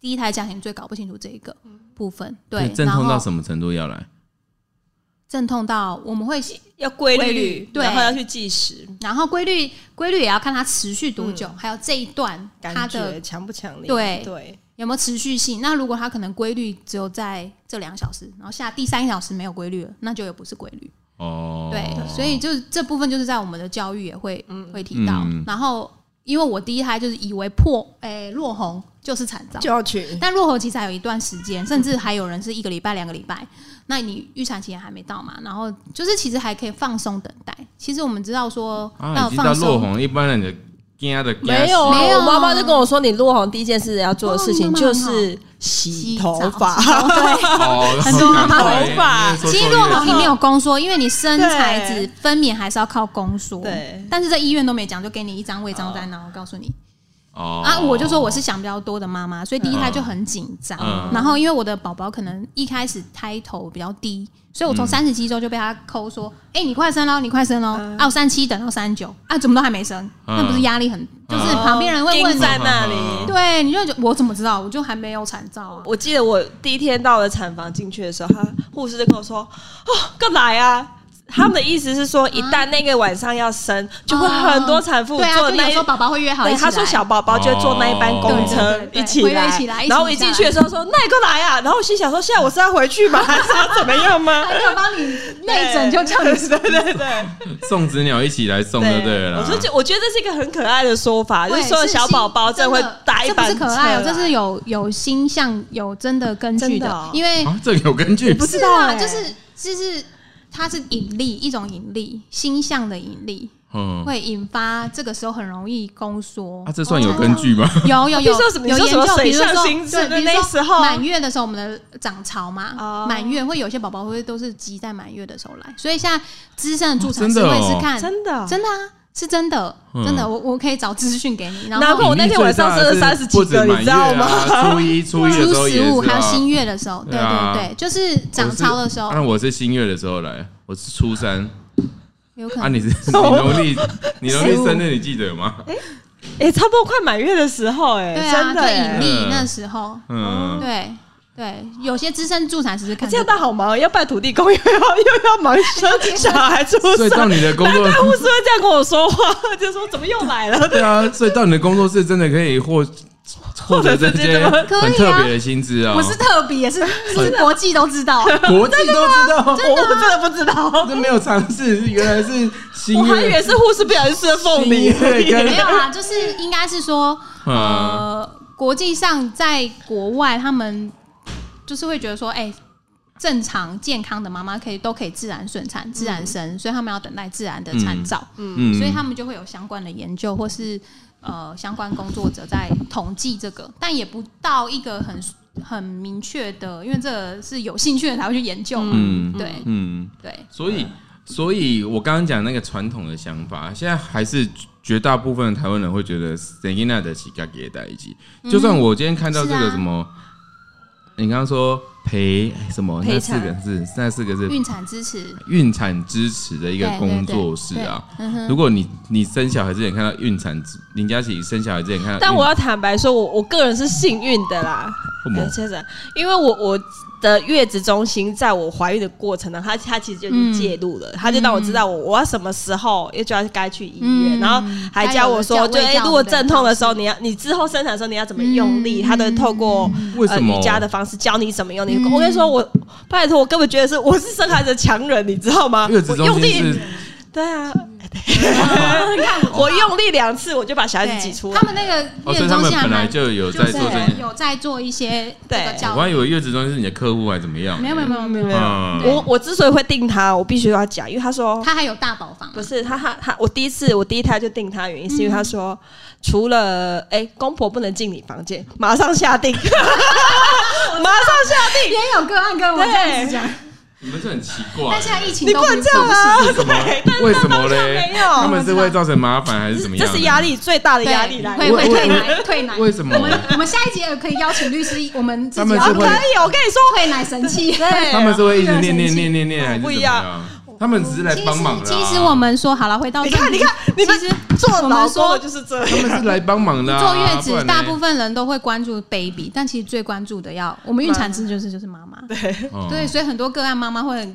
Speaker 2: 第一胎家庭最搞不清楚这一个部分，对，
Speaker 1: 阵痛到
Speaker 2: 然后
Speaker 1: 什么程度要来？
Speaker 2: 阵痛到我们会
Speaker 3: 要规
Speaker 2: 规
Speaker 3: 律
Speaker 2: 律，对
Speaker 3: 然后要去计时，
Speaker 2: 然后规律规律也要看它持续多久，还有这一段
Speaker 3: 嗯感
Speaker 2: 它的
Speaker 3: 觉强不强烈？
Speaker 2: 对
Speaker 3: 对，
Speaker 2: 有没有持续性？那如果它可能规律只有在这两小时，然后下第三小时没有规律了，那就也不是规律。
Speaker 1: 哦，
Speaker 2: 对，所以就是这部分就是在我们的教育也会、会提到。
Speaker 1: 嗯
Speaker 2: 然后，因为我第一胎就是以为破诶、落红就是产兆，
Speaker 3: 就要去
Speaker 2: 但落红其实还有一段时间，甚至还有人是一个礼拜、两个礼拜。那你预产期也还没到嘛？然后就是其实还可以放松等待。其实我们知道说
Speaker 1: 啊，
Speaker 2: 要
Speaker 1: 已经到
Speaker 2: 放
Speaker 1: 落
Speaker 2: 松，
Speaker 1: 红，一般人的惊的
Speaker 3: 没有
Speaker 2: 没
Speaker 3: 啊？
Speaker 2: 有
Speaker 3: 我妈妈就跟我说，你落红第一件事要做的事情
Speaker 2: 哦
Speaker 3: 就是洗头发，
Speaker 2: 对。
Speaker 1: *laughs* 哦，
Speaker 2: 很多
Speaker 1: 赶快
Speaker 3: 头发
Speaker 1: 因为说
Speaker 2: 啊其实
Speaker 1: 错
Speaker 2: 落
Speaker 1: 越
Speaker 2: 红里面有宫缩，因为你生孩子
Speaker 3: 对
Speaker 2: 分娩还是要靠宫缩。
Speaker 3: 对
Speaker 2: 但是在医院都没讲，就给你一张胃张单，然后告诉你
Speaker 1: 哦
Speaker 2: 啊，我就说我是想比较多的妈妈，所以第一胎就很紧张。
Speaker 1: 嗯
Speaker 2: 然后因为我的宝宝可能一开始胎头比较低，所以
Speaker 1: 嗯
Speaker 2: 我从三十七周就被他抠说：“哎、你快生喽，你快生喽！”
Speaker 3: 嗯
Speaker 2: 啊，我三七等到三九，啊，怎么都还没生？
Speaker 1: 嗯
Speaker 2: 那不是压力很，就是旁边人会问
Speaker 3: 盯
Speaker 2: 你，
Speaker 3: 在那
Speaker 1: 嗯
Speaker 3: 里。
Speaker 2: 对，你就觉得我怎么知道？我就还没有产兆啊。
Speaker 3: 我记得我第一天到了产房进去的时候，他护士就跟我说：“哦，更来啊！”他们的意思是说，一旦那个晚上要生，就会很多产妇
Speaker 2: 对啊，
Speaker 3: 坐
Speaker 2: 就
Speaker 3: 那
Speaker 2: 有
Speaker 3: 一
Speaker 2: 时候宝宝会约好一
Speaker 3: 对，
Speaker 2: 起
Speaker 3: 他说
Speaker 2: 来
Speaker 3: 小宝宝就会坐那一班公车
Speaker 2: 哦
Speaker 3: 一
Speaker 2: 对对对
Speaker 3: 起
Speaker 2: 会
Speaker 3: 来
Speaker 2: 一起来，
Speaker 3: 然后我
Speaker 2: 一
Speaker 3: 一
Speaker 2: 起下
Speaker 3: 进去的时候说那你过来啊，然后我心想说现在我是要回去吗？还是要怎么样吗？
Speaker 2: 还要帮你内诊，就叫你
Speaker 3: 对对对对
Speaker 1: 送子鸟一起来送就对了啦。
Speaker 3: 我说这我觉得这是一个很可爱的说法，就
Speaker 2: 对
Speaker 3: 是说小宝宝真
Speaker 2: 真的
Speaker 3: 会搭一
Speaker 2: 这不
Speaker 3: 班
Speaker 2: 是
Speaker 3: 车，啊
Speaker 2: 可爱哦，这是有有星象有真的根据
Speaker 3: 真的
Speaker 2: 的
Speaker 3: 哦，
Speaker 2: 因为
Speaker 1: 啊，这个有根据，
Speaker 3: 不
Speaker 2: 是
Speaker 3: 知道
Speaker 2: 啊，
Speaker 3: 欸
Speaker 2: 就是就是它是引力一种引力，星象的引力
Speaker 1: 嗯，
Speaker 2: 会引发这个时候很容易宫缩
Speaker 1: 啊，。这算有根据吗？
Speaker 2: 有哦有 *laughs*
Speaker 3: 比如
Speaker 2: 有
Speaker 3: 说什么
Speaker 2: 有
Speaker 3: 你说什
Speaker 2: 研
Speaker 3: 么
Speaker 2: 究，
Speaker 3: 水
Speaker 2: 比如
Speaker 3: 象
Speaker 2: 说
Speaker 3: 星座
Speaker 2: 对，比如
Speaker 3: 那
Speaker 2: 说
Speaker 3: 时候
Speaker 2: 满月的时候，我们的涨潮嘛
Speaker 3: 哦，
Speaker 2: 满月会有些宝宝会都是积在满月的时候来，所以现在资深的助产
Speaker 1: 哦真
Speaker 2: 师
Speaker 1: 的哦
Speaker 2: 会是看
Speaker 3: 真的
Speaker 2: 真的啊，是真的，
Speaker 1: 嗯
Speaker 2: 真的，我我可以找资讯给你，然
Speaker 3: 难
Speaker 2: 后
Speaker 3: 怪我那天晚上生了三十几
Speaker 1: 不止
Speaker 3: 个，你
Speaker 1: 满
Speaker 3: 知
Speaker 1: 月
Speaker 3: 道
Speaker 1: 啊，
Speaker 3: 吗？
Speaker 1: 初一、初一的时
Speaker 2: *laughs* 初
Speaker 1: 候也
Speaker 2: 十五
Speaker 1: 是
Speaker 2: 还有
Speaker 1: 啊。
Speaker 2: 新月的时候，对
Speaker 1: 对啊
Speaker 2: 对对，就是涨潮的时候
Speaker 1: 我是啊，我是新月的时候来，我是初三。
Speaker 2: 有可
Speaker 1: 啊，
Speaker 3: *laughs*
Speaker 2: 能
Speaker 1: 你是你农历你农历生日，你记得吗？
Speaker 3: 哎，差不多快满月的时候，哎，
Speaker 2: 对啊，
Speaker 3: 真的
Speaker 2: 就
Speaker 3: 哎
Speaker 2: 引。力
Speaker 1: 嗯
Speaker 2: 那时候，
Speaker 1: 嗯，
Speaker 2: 对对，有些资深助产师是看
Speaker 3: 这样倒好忙，哦要办土地公，又要又要忙生小孩出
Speaker 1: 所
Speaker 3: 生
Speaker 1: 以，到你的
Speaker 3: *laughs*
Speaker 1: 工作
Speaker 3: 难，怪护士会这样跟我说话，就说怎么又来了？
Speaker 1: 对啊，所以到你的工作室真的可以获获得
Speaker 3: *laughs*
Speaker 1: 这些
Speaker 3: 获得
Speaker 2: 这些
Speaker 1: 很特别的薪资啊
Speaker 2: 不，是特别，是是国际都知道，
Speaker 1: 国际都知道，
Speaker 3: 我我真的不知道，
Speaker 1: 这没有尝试，原来是
Speaker 3: 我
Speaker 1: 新
Speaker 3: 还以为
Speaker 1: 月
Speaker 3: 是护士不小心吃了凤
Speaker 1: 新
Speaker 3: 梨。
Speaker 1: 月跟
Speaker 2: *laughs* 没有啦，就是应该是说，
Speaker 1: 啊
Speaker 2: 呃，国际上在国外，他们就是会觉得说，哎、正常健康的妈妈可以都可以自然顺产、自然生，所以他们要等待自然的产兆，
Speaker 3: 哦
Speaker 1: 嗯
Speaker 2: 所以他们就会有相关的研究或是呃相关工作者在统计这个，但也不到一个很很明确的，因为这个是有兴趣的才会去研究嘛，
Speaker 1: 嗯
Speaker 2: 对
Speaker 1: 嗯，
Speaker 2: 对，
Speaker 1: 所以所以我刚刚讲那个传统的想法，现在还是绝大部分的台湾人会觉得 Selina 的乞丐给在一起。就算我今天看到这
Speaker 2: 嗯是
Speaker 1: 个
Speaker 2: 啊
Speaker 1: 什么，你刚刚说陪什么
Speaker 3: 陪
Speaker 1: 那四
Speaker 3: 产
Speaker 1: 个字，那四个字
Speaker 2: 孕产支持。
Speaker 1: 孕产支持的一个
Speaker 2: 对对
Speaker 1: 工
Speaker 2: 对
Speaker 1: 作室啊。
Speaker 2: 对嗯哼
Speaker 1: 如果你你生小孩之前看到孕产支，林佳琪生小孩之前看到孕，
Speaker 3: 但我要坦白说，我我个人是幸运的啦，
Speaker 1: 为
Speaker 2: 嗯
Speaker 1: 什么
Speaker 3: 先生，因为我我的月子中心在我怀孕的过程呢，他他其实就已经介入
Speaker 2: 嗯
Speaker 3: 了，他就让我知道我我要什么时候要就要该去医院，
Speaker 2: 嗯
Speaker 3: 然后还教我说，
Speaker 2: 还有
Speaker 3: 就
Speaker 2: 教
Speaker 3: 哎、
Speaker 2: 喂教
Speaker 3: 如果
Speaker 2: 你的
Speaker 3: 阵痛的时候，
Speaker 2: 方式
Speaker 3: 你要你之后生产的时候你要怎么用力，
Speaker 2: 嗯
Speaker 3: 他都会透过。
Speaker 1: 为
Speaker 3: 呃
Speaker 1: 什么
Speaker 3: 瑜伽的方式教你怎么用力？
Speaker 2: 嗯
Speaker 3: 我跟你说，我拜托，我根本觉得是我是生孩子的强人，你知道吗？
Speaker 1: 月子
Speaker 3: 我用
Speaker 1: 中
Speaker 3: 力
Speaker 1: 心是
Speaker 3: 对
Speaker 2: *laughs*
Speaker 3: 啊，我用力两次我就把小孩
Speaker 2: 对，
Speaker 3: 子挤出来
Speaker 2: 他。们那个
Speaker 1: 哦，所
Speaker 2: 月
Speaker 1: 以他
Speaker 2: 中
Speaker 1: 们
Speaker 2: 心还
Speaker 1: 本来
Speaker 2: 蛮
Speaker 1: 就有
Speaker 2: 就
Speaker 1: 在
Speaker 2: 是
Speaker 1: 做这件。
Speaker 2: 有在做一些这个
Speaker 3: 对
Speaker 1: 我
Speaker 2: 教
Speaker 1: 还以为月子中心是你的客户还是怎么样？
Speaker 2: 没有没有没有没有，
Speaker 3: 没有
Speaker 1: 嗯
Speaker 3: 我我之所以会定他，我必须要讲，因为他说
Speaker 2: 他还有大宝房，
Speaker 3: 不是他他他，我第一次我第一胎就定他，原因是因为他说、除了哎、公婆不能进你房间，马上下定，马上下定，
Speaker 2: 也有个案跟我这样子讲，
Speaker 1: 你们是很奇怪
Speaker 2: 但。现在疫情
Speaker 3: 你
Speaker 2: 都
Speaker 3: 不能这样
Speaker 2: 啊，
Speaker 3: 啊！
Speaker 1: 是什么
Speaker 3: *laughs* 对，但？是
Speaker 1: 为什么
Speaker 3: 当下
Speaker 1: 嘞
Speaker 3: 没？
Speaker 1: 他
Speaker 3: 有，
Speaker 1: 们是会造成麻烦还是怎么
Speaker 3: 这
Speaker 1: 样？
Speaker 3: 是压。力最大的压力来
Speaker 2: 会
Speaker 3: 源。
Speaker 1: 我
Speaker 2: 会退奶退奶，
Speaker 1: 为什么
Speaker 2: 我们我们下一节也可以邀请律师，我们自
Speaker 1: 他
Speaker 2: 己
Speaker 1: 们
Speaker 2: 要
Speaker 1: 是
Speaker 3: 啊，
Speaker 1: 会
Speaker 3: 可以，我跟你说，
Speaker 2: 退奶神器。
Speaker 3: 对，
Speaker 1: 他们是会一直念念
Speaker 2: 生气
Speaker 1: 念念念还是怎
Speaker 3: 不
Speaker 1: 么
Speaker 3: 一样
Speaker 1: 样？他们只是来
Speaker 2: 其实
Speaker 1: 帮忙的啊。
Speaker 2: 其实我们说好了，回到
Speaker 3: 你看
Speaker 2: 正
Speaker 3: 你
Speaker 2: 题
Speaker 3: 看，你们
Speaker 2: 其实
Speaker 3: 做老
Speaker 2: 我
Speaker 3: 公
Speaker 2: 们
Speaker 3: 的
Speaker 2: 说
Speaker 3: 就是这
Speaker 1: 他
Speaker 3: 样。
Speaker 1: 们是来帮忙的啊。
Speaker 2: 坐月
Speaker 1: 不
Speaker 2: 子，
Speaker 1: 然
Speaker 2: 大
Speaker 1: 嘞
Speaker 2: 部分人都会关注 baby，但其实最关注的要我们孕产师就是就是妈妈。
Speaker 1: 哦
Speaker 2: 对，所以很多个案妈妈会很，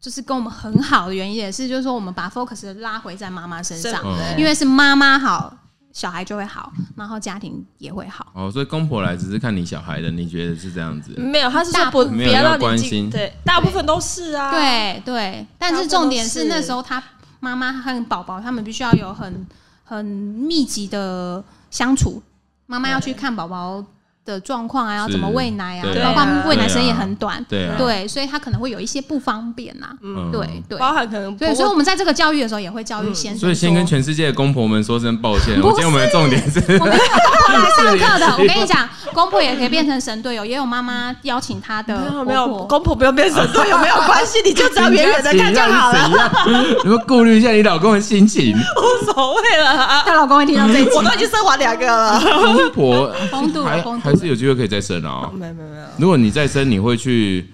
Speaker 2: 就是跟我们很好的原因也是，就是说我们把 focus 拉回在妈妈身上，
Speaker 1: 嗯
Speaker 2: 因为是妈妈好，小孩就会好，然后家庭也会好。
Speaker 1: 哦，所以公婆来只是看你小孩的，你觉得是这样子？
Speaker 3: 没有，他是说不不
Speaker 1: 没有要
Speaker 3: 让
Speaker 1: 关
Speaker 3: 你进，
Speaker 1: 心
Speaker 3: 对，大部分都是啊，，
Speaker 2: 对对，但
Speaker 3: 大
Speaker 2: 是
Speaker 3: 部分
Speaker 2: 重
Speaker 3: 都
Speaker 2: 点是
Speaker 3: 是
Speaker 2: 那时候他妈妈和宝宝他们必须要有很很密集的相处，妈妈要去看宝宝的状况啊，要怎么
Speaker 1: 是
Speaker 2: 喂奶啊
Speaker 1: 对，
Speaker 2: 包
Speaker 3: 啊
Speaker 2: 括喂奶
Speaker 1: 对
Speaker 2: 时间也
Speaker 1: 啊
Speaker 2: 很短，
Speaker 1: 对啊
Speaker 2: 对，所以他可能会有一些不方便呐，
Speaker 1: 嗯
Speaker 2: 对对。
Speaker 3: 包含可能
Speaker 2: 对，
Speaker 3: 婆
Speaker 2: 所以
Speaker 3: 婆
Speaker 2: 我们在这个教育的时候也会教育先生说，
Speaker 1: 所以先跟全世界的公婆们说声抱歉。我
Speaker 2: 不
Speaker 1: 今天我们的重点是，
Speaker 2: 我
Speaker 1: *laughs*
Speaker 2: 们公婆来上课的，我跟你讲，公婆也可以变成神队友，也有妈妈邀请他的
Speaker 3: 没
Speaker 2: 婆
Speaker 3: 有
Speaker 2: 婆。
Speaker 3: 没有公婆不用变神队友没有关系，你就只
Speaker 1: *laughs*
Speaker 3: 要远远的看就好了，
Speaker 1: 了。 *laughs* 你们顾虑一下你老公的心
Speaker 2: *laughs*
Speaker 1: 情。
Speaker 3: 无所谓了啊。
Speaker 2: 她老公会听到这一集，
Speaker 3: 我都已经生完两个了，
Speaker 1: 公婆
Speaker 2: 风度啊
Speaker 1: 还
Speaker 2: 风度
Speaker 1: 还是有机会可以再生啊、
Speaker 3: 没有没有没有，
Speaker 1: 如果你再生，你会去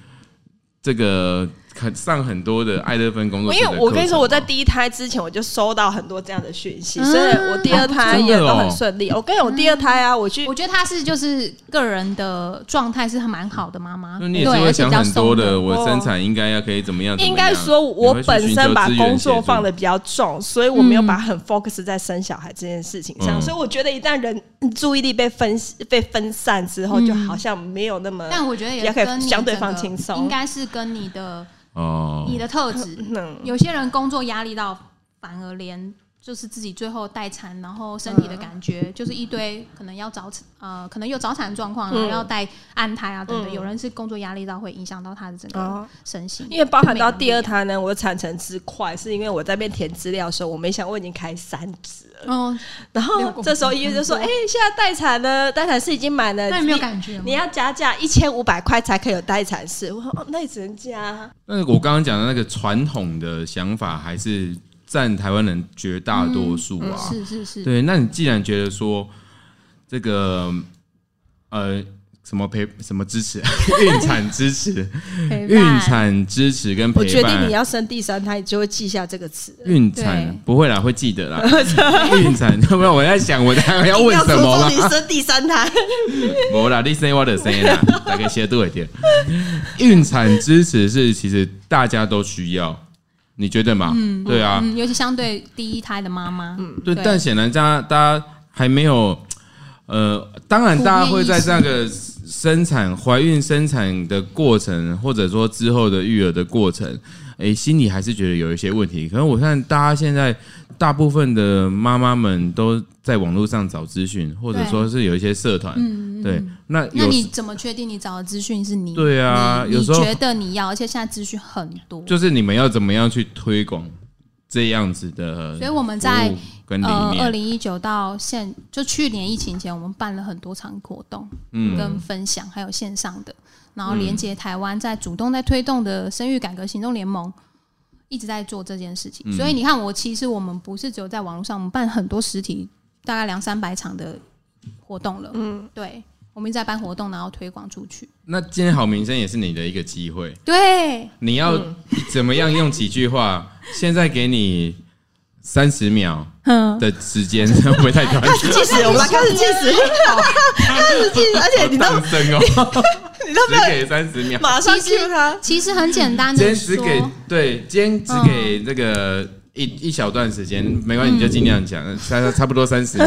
Speaker 1: 这个看上很多的爱乐芬工作室
Speaker 3: 因
Speaker 1: 的课程啊
Speaker 3: 为
Speaker 1: 吗。
Speaker 3: 我跟你说，我在第一胎之前我就收到很多这样的讯息，
Speaker 2: 嗯
Speaker 3: 所以我第二胎也都很顺
Speaker 1: 哦
Speaker 3: 利。我跟我第二胎啊，我去
Speaker 2: 我觉得她是就是个人的状态是很蛮好的妈妈，
Speaker 1: 那
Speaker 2: 对，
Speaker 1: 你也是会
Speaker 2: 而且
Speaker 1: 想
Speaker 2: 比较
Speaker 1: 很
Speaker 2: 松
Speaker 1: 多
Speaker 2: 的。
Speaker 1: 的，我生产应该要可以怎么样？怎么
Speaker 3: 哦应
Speaker 1: 样
Speaker 3: 该说，我本身把工作放的。比较重，所以我没有把很 focus 在生小孩这件事情上。
Speaker 1: 嗯
Speaker 3: 所以我觉得，一旦人嗯注意力被分被分散之后，
Speaker 2: 嗯
Speaker 3: 就好像没有那么。
Speaker 2: 但我觉得也
Speaker 3: 也可以
Speaker 2: 跟你
Speaker 3: 相对
Speaker 2: 整个
Speaker 3: 放轻松
Speaker 2: 应该是跟你的
Speaker 1: 哦，
Speaker 2: 你的特质。
Speaker 3: 嗯，
Speaker 2: 有些人工作压力到，反而连就是自己最后待产，然后身体的感
Speaker 3: 嗯
Speaker 2: 觉就是一堆可能要早产，呃，可能有早产状况，然后
Speaker 3: 嗯
Speaker 2: 要带安胎啊等等。
Speaker 3: 嗯
Speaker 2: 有人是工作压力到会影响到他的整个
Speaker 3: 哦
Speaker 2: 身心，
Speaker 3: 因为包含到第二胎呢，我产程之快，是因为我在那边填资料的时候，我没想我已经开三指了。
Speaker 2: 哦，
Speaker 3: 然
Speaker 2: 六
Speaker 3: 后
Speaker 2: 公斤
Speaker 3: 这时候医院就说：“
Speaker 2: 很
Speaker 3: 哎、现在待产呢，待产室已经满了，
Speaker 2: 那你没有感觉吗？
Speaker 3: 呃你要加价一千五百块才可以有待产室。”我说：“哦，那也只能加。
Speaker 1: 但是我刚刚讲的那个传统的想法，还是占台湾人绝大多数啊。
Speaker 3: 嗯
Speaker 2: 是是是，
Speaker 1: 对，那你既然觉得说这个呃什么陪什么支持 *laughs* 孕产支持、
Speaker 2: 陪
Speaker 1: 孕
Speaker 2: 伴
Speaker 1: 产支持跟”
Speaker 3: 我
Speaker 1: 陪
Speaker 3: 决定
Speaker 1: 伴
Speaker 3: 你，要生第三胎，你就会记下这个词。
Speaker 1: 孕
Speaker 2: 对
Speaker 1: 产不会啦，会记得啦。孕产， *laughs* 要不然我在想我待会要问什么
Speaker 3: 要
Speaker 1: 啦
Speaker 3: 说出。你生第三
Speaker 1: *laughs*
Speaker 3: 胎，
Speaker 1: 没啦，你生我的生啦，大概写多一点。孕产支持是其实大家都需要，你觉得嘛？对啊，
Speaker 2: 嗯，尤其相对第一胎的妈妈，嗯，
Speaker 1: 对，但显然大家大家还没有，呃，当然大家会在这个生产、怀孕、生产的过程，或者说之后的育儿的过程，诶、心里还是觉得有一些问题。可能我看大家现在大部分的妈妈们都在网络上找资讯，或者说是有一些社团，对，那
Speaker 2: 嗯那
Speaker 1: 有
Speaker 2: 你怎么确定你找的资讯是你？
Speaker 1: 对啊
Speaker 2: 你
Speaker 1: 有
Speaker 2: 你
Speaker 1: 时候
Speaker 2: 觉得你要，而且现在资讯很多，
Speaker 1: 就是你们要怎么样去推广这样子的
Speaker 2: 所以我们在
Speaker 1: 服务跟理
Speaker 2: 呃，二
Speaker 1: 念，
Speaker 2: 零一九到现就去年疫情前，我们办了很多场活动，
Speaker 1: 嗯
Speaker 2: 跟分享，还有线上的，然后连接台湾在主动在推动的生育改革行动联盟。一直在做这件事情，
Speaker 1: 嗯
Speaker 2: 所以你看，我其实我们不是只有在网络上，我们办很多实体，大概两三百场的活动了。嗯，对，我们一直在办活动，然后推广出去。
Speaker 1: 那今天好名声也是你的一个机会。
Speaker 2: 对，
Speaker 1: 你要
Speaker 2: 嗯
Speaker 1: 怎么样用几句话？现在给你三十秒
Speaker 2: 嗯
Speaker 1: 的时间， *laughs* 会不会太
Speaker 2: *laughs*
Speaker 1: 短？
Speaker 3: 计时， *laughs* 我们来开始计时，开始计时，而且你都
Speaker 1: 上升
Speaker 2: *laughs*
Speaker 1: 哦，
Speaker 3: 你都没
Speaker 1: 只
Speaker 3: 有
Speaker 1: 给三十秒，
Speaker 3: 马上记住它。
Speaker 2: 其实很简单
Speaker 1: 今
Speaker 2: 的
Speaker 1: 天只
Speaker 2: 说，嗯
Speaker 1: 给对，今天只给这个一一小段时间，没关系，你就尽量讲，差差不多三十
Speaker 2: *laughs*
Speaker 1: 秒。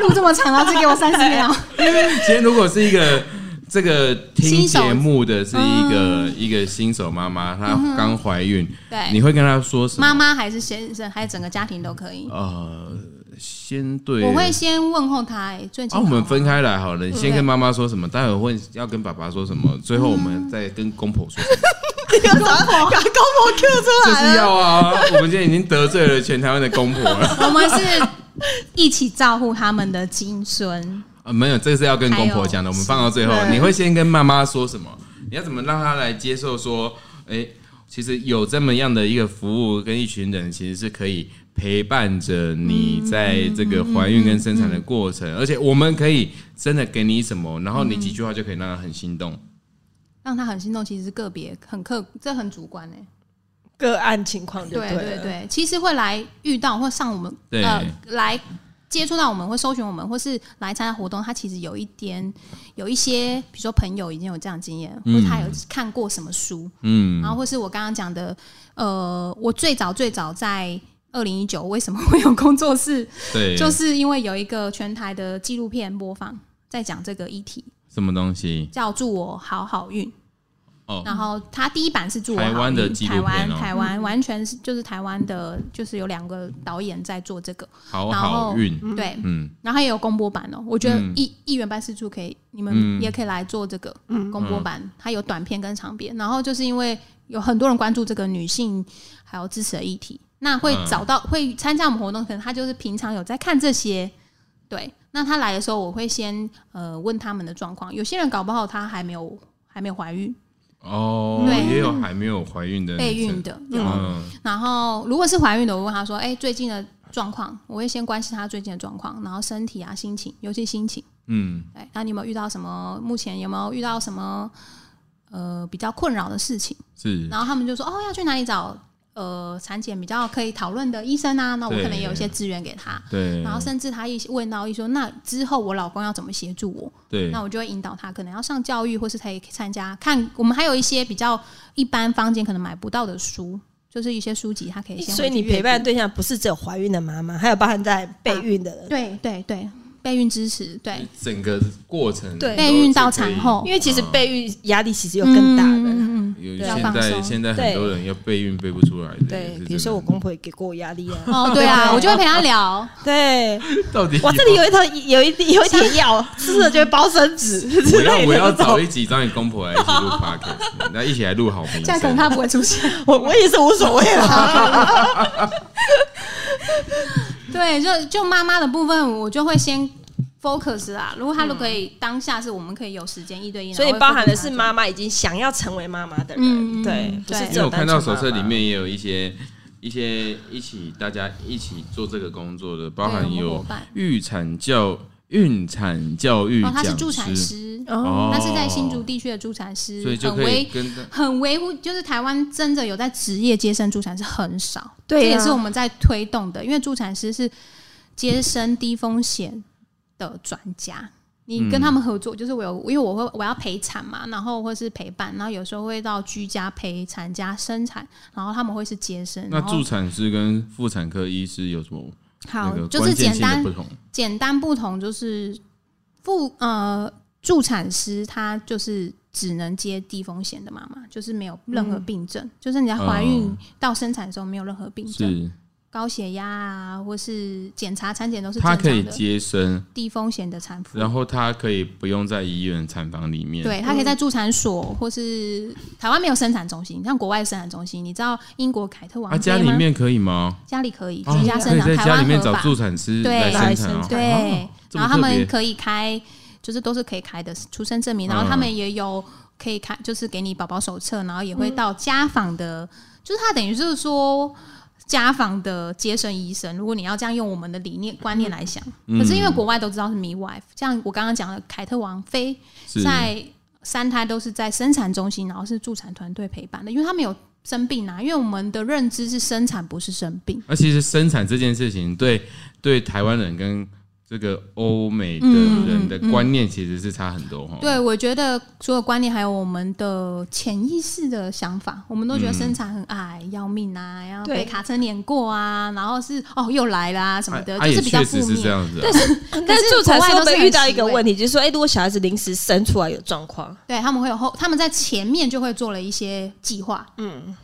Speaker 2: 录这么长，然后只给我三十秒。
Speaker 1: 今天如果是一个这个听
Speaker 2: 新手
Speaker 1: 节目的是一个一个新手妈妈，她刚怀孕，你
Speaker 2: 嗯对，
Speaker 1: 会跟她说什么？
Speaker 2: 妈妈还是先生，还是整个家庭都可以。
Speaker 1: 呃，先对，
Speaker 2: 我会先问候他、哎最近
Speaker 1: 啊，
Speaker 2: 好
Speaker 1: 我
Speaker 2: 吗
Speaker 1: 们分开来好了，你先
Speaker 2: 对嗯
Speaker 1: 跟妈妈说什么，待会儿问要跟爸爸说什么，最后我们再跟公婆说什么。
Speaker 3: 你有啥把公婆 Q 出
Speaker 1: 就
Speaker 3: 来
Speaker 1: 是
Speaker 3: 了？
Speaker 1: 要啊，我们今天已经得罪了全台湾的公婆了。
Speaker 2: 我们是一起照顾他们的金孙。
Speaker 1: 啊，没有，这个是要跟公婆讲的，我们放到最后。
Speaker 3: 对
Speaker 1: 你会先跟妈妈说什么？你要怎么让她来接受说，哎、其实有这么样的一个服务跟一群人，其实是可以陪伴着你在这个怀孕跟生产的过
Speaker 2: 嗯
Speaker 1: 程，而且我们可以真的给你什么，然后你几句话就可以让她很心动。
Speaker 2: 让他很心动，其实是个别很客，这很主观哎、
Speaker 3: 个案情况就
Speaker 2: 对
Speaker 3: 了
Speaker 2: 对，对，其实会来遇到或上我们
Speaker 1: 对
Speaker 2: 呃来接触到我们，或搜寻我们，或是来参加活动，他其实有一点有一些，比如说朋友已经有这样的经验，或者他有看过什么书，
Speaker 1: 嗯，
Speaker 2: 然后或是我刚刚讲的，呃，我最早最早在二零一九为什么会有工作室，
Speaker 1: 对，
Speaker 2: 就是因为有一个全台的纪录片播放，在讲这个议题，
Speaker 1: 什么东西？
Speaker 2: 叫“祝我好好运”。
Speaker 1: 哦
Speaker 2: 然后它第一版是祝我好运
Speaker 1: 台湾的纪录
Speaker 2: 台
Speaker 1: 片哦
Speaker 2: 湾台湾完全是就是台湾的，就是有两个导演在做这个，
Speaker 1: 好
Speaker 2: 然后
Speaker 1: 好运，
Speaker 2: 对，
Speaker 1: 嗯，
Speaker 2: 然后也有公播版哦。我觉得
Speaker 1: 嗯
Speaker 2: 议议员办事处可以，
Speaker 1: 嗯
Speaker 2: 你们也可以来做这个公播版，它有短片跟长片。然后就是因为有很多人关注这个女性还有支持的议题，那会
Speaker 1: 嗯
Speaker 2: 找到会参加我们活动，可能他就是平常有在看这些。对，那他来的时候，我会先呃问他们的状况。有些人搞不好他还没有还没有怀孕，
Speaker 1: 哦，
Speaker 2: 对
Speaker 1: 也有还没有怀孕的
Speaker 2: 备孕，的这样
Speaker 1: 嗯，
Speaker 2: 然后如果是怀孕的，我问他说：“哎、最近的状况，我会先关心他最近的状况，然后身体啊、心情，尤其心情。
Speaker 1: 嗯，
Speaker 2: 对，那你有没有遇到什么？目前有没有遇到什么呃比较困扰的事情？
Speaker 1: 是，
Speaker 2: 然后他们就说：哦，要去哪里找呃产检比较可以讨论的医生啊？那我
Speaker 1: 对
Speaker 2: 可能有一些资源给他。
Speaker 1: 对，
Speaker 2: 然后甚至他一问到一说，那之后我老公要怎么协助我？
Speaker 1: 对
Speaker 2: 那，我就会引导他，可能要上教育，或是他也可以参加看。我们还有一些比较一般坊间可能买不到的书，就是一些书籍，他可以先
Speaker 3: 所以
Speaker 2: 回
Speaker 3: 你
Speaker 2: 去阅
Speaker 3: 陪伴
Speaker 2: 读
Speaker 3: 对象不是只有怀孕的妈妈，还有包含在备孕的人。
Speaker 2: 对对对备孕支持，对
Speaker 1: 整个过程
Speaker 3: 对
Speaker 1: 都
Speaker 2: 备孕到
Speaker 1: 是可以
Speaker 2: 产后
Speaker 3: 因为其实备孕压力其实有更大的，
Speaker 2: 嗯嗯嗯
Speaker 1: 有
Speaker 2: 对
Speaker 1: 现
Speaker 2: 要放
Speaker 1: 在
Speaker 2: 松
Speaker 1: 现在很多人要备孕备不出来的，也
Speaker 3: 对
Speaker 1: 是，
Speaker 3: 比如说我公婆也给过我压力 *laughs*
Speaker 2: 嗯
Speaker 3: 啊，
Speaker 2: 哦，对啊，
Speaker 3: 对
Speaker 2: 我就会陪他聊。
Speaker 3: 对，
Speaker 1: 真的到底
Speaker 3: 哇，这里有一套有一有一点药， *laughs* 吃啊了就会包生子之
Speaker 1: 我要
Speaker 3: 类
Speaker 1: 我要
Speaker 3: 的这
Speaker 1: 找
Speaker 3: 种。
Speaker 1: 一集找你公婆来一起录 podcast，那一起来录好名
Speaker 2: 现在可
Speaker 1: 声。
Speaker 2: 能他不会出现，
Speaker 3: *laughs* 我我也是无所谓 *laughs* 啦，
Speaker 2: 对，就就妈妈的部分，我就会先 focus 啦。如果他如果可以当下是我们可以有时间一对一，
Speaker 3: 所以
Speaker 2: 然后会
Speaker 3: 包含的
Speaker 2: focus
Speaker 3: 是
Speaker 2: 他
Speaker 3: 妈妈已经想要成为妈妈的人，
Speaker 2: 嗯
Speaker 3: 对
Speaker 2: 嗯，
Speaker 3: 不是
Speaker 2: 对
Speaker 1: 因
Speaker 3: 只
Speaker 1: 为
Speaker 3: 有
Speaker 1: 我看
Speaker 3: 单纯
Speaker 1: 到手
Speaker 3: 妈
Speaker 1: 册
Speaker 3: 妈
Speaker 2: 啊
Speaker 1: 里面也有一些一些一起大家一起做这个工作的，包含
Speaker 2: 对我们
Speaker 1: 有
Speaker 2: 伙伴
Speaker 1: 预产教孕产教育
Speaker 2: 哦，他是
Speaker 1: 讲
Speaker 2: 助产
Speaker 1: 师，
Speaker 2: 师，嗯
Speaker 1: 哦
Speaker 2: 他是在新竹地区的助产师，
Speaker 1: 所以就
Speaker 2: 很
Speaker 1: 可以
Speaker 2: 微
Speaker 1: 跟他
Speaker 2: 很维护，就是台湾真的有在职业接生助产是很少，
Speaker 3: 对啊
Speaker 2: 这也是我们在推动的，因为助产师是接生低风险的专家。你跟他们合作，就是我
Speaker 3: 嗯
Speaker 2: 有，因为我会我要陪产嘛，然后或是陪伴，然后有时候会到居家陪产加生产，然后他们会是接生，
Speaker 1: 那
Speaker 2: 然后
Speaker 1: 助产师跟妇产科医师有什么那
Speaker 2: 好
Speaker 1: 个
Speaker 2: 就
Speaker 1: 关
Speaker 2: 是
Speaker 1: 键
Speaker 2: 简
Speaker 1: 性的
Speaker 2: 单
Speaker 1: 不同？
Speaker 2: 简单不同就是妇呃助产师他就是只能接低风险的妈妈，就是没有任何病症，就是你在怀孕
Speaker 1: 嗯
Speaker 2: 到生产的时候没有任何病症，
Speaker 1: 是，
Speaker 2: 高血压啊或是检查产检都是
Speaker 1: 他
Speaker 2: 正
Speaker 1: 可以
Speaker 2: 常的
Speaker 1: 接生，
Speaker 2: 低风险的产妇。
Speaker 1: 然后他可以不用在医院产房里面。
Speaker 2: 对，他可以在助产所，或是台湾没有生产中心，像国外的生产中心，你知道英国凯特王
Speaker 1: 啊，
Speaker 2: 妃
Speaker 1: 家里
Speaker 2: 吗
Speaker 1: 面可以吗？
Speaker 2: 家里可以
Speaker 1: 哦
Speaker 2: 居家
Speaker 1: 可
Speaker 2: 生
Speaker 1: 以
Speaker 2: 产，
Speaker 1: 在
Speaker 2: 台
Speaker 1: 家
Speaker 2: 湾
Speaker 1: 里面找
Speaker 2: 合法
Speaker 1: 助产师
Speaker 2: 对
Speaker 1: 来生产哦。
Speaker 2: 对
Speaker 1: 哦，这
Speaker 2: 然
Speaker 1: 么
Speaker 2: 后他
Speaker 1: 特别
Speaker 2: 们可以开，就是都是可以开的出生证明，然后他
Speaker 1: 嗯
Speaker 2: 们也有可以开，就是给你宝宝手册，然后也会到家访的，就是他等于就是说。家访的接生医生，如果你要这样用我们的理念观念来想，
Speaker 1: 嗯
Speaker 2: 可是因为国外都知道是 midwife，像我刚刚讲的凯特王妃
Speaker 1: 是
Speaker 2: 在三胎都是在生产中心，然后是助产团队陪伴的，因为他们有生病啊，因为我们的认知是生产不是生病，
Speaker 1: 那其实生产这件事情对对台湾人跟这个欧美的人的观念其实是差很多啊哈。
Speaker 2: 对，我觉得所有观念还有我们的潜意识的想法，我们都
Speaker 1: 嗯
Speaker 2: 觉得生产很矮、要命啊，然后
Speaker 3: 对
Speaker 2: 被卡车碾过啊，然后是哦又来啦、什么的，
Speaker 1: 啊，啊
Speaker 2: 就
Speaker 1: 也
Speaker 2: 是比较
Speaker 1: 确
Speaker 2: 负
Speaker 1: 实是这
Speaker 2: 面。
Speaker 1: 样子啊。但是
Speaker 3: 但是助产师会不会遇到一个问
Speaker 2: 题，
Speaker 3: 题，就是说，哎、如果小孩子临时生出来有状况，
Speaker 2: 对他们会有后，他们在前面就会做了一些计划，嗯，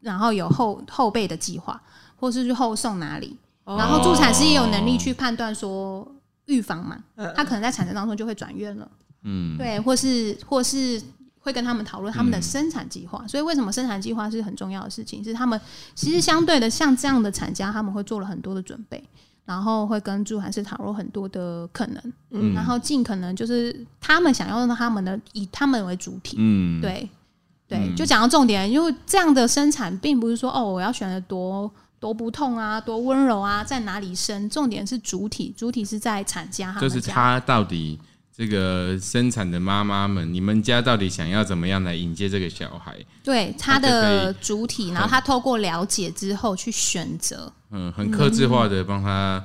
Speaker 2: 然后有后后备的计划，或是去后送哪里，
Speaker 3: 哦
Speaker 2: 然后助产师也有能力去判断说预防嘛，他可能在产程当中就会转院了。
Speaker 1: 嗯，
Speaker 2: 对，或是或是会跟他们讨论他们的生产计划。所以为什么生产计划是很重要的事情？是他们其实相对的，像这样的产家，他们会做了很多的准备，然后会跟助产师讨论很多的可能，
Speaker 1: 嗯
Speaker 2: 然后尽可能就是他们想要让他们的以他们为主体，
Speaker 1: 嗯，
Speaker 2: 对。对，就讲到重点，因为这样的生产并不是说哦，我要选的多多不痛啊，多温柔啊，在哪里生，重点是主体，主体是在产家他
Speaker 1: 就
Speaker 2: 们
Speaker 1: 是
Speaker 2: 家
Speaker 1: 他到底这个生产的妈妈们，你们家到底想要怎么样来迎接这个小孩？
Speaker 2: 对它
Speaker 1: 就可
Speaker 2: 的
Speaker 1: 以
Speaker 2: 主体，然后他透过了解之后去选择。
Speaker 1: 嗯，很克制化的帮他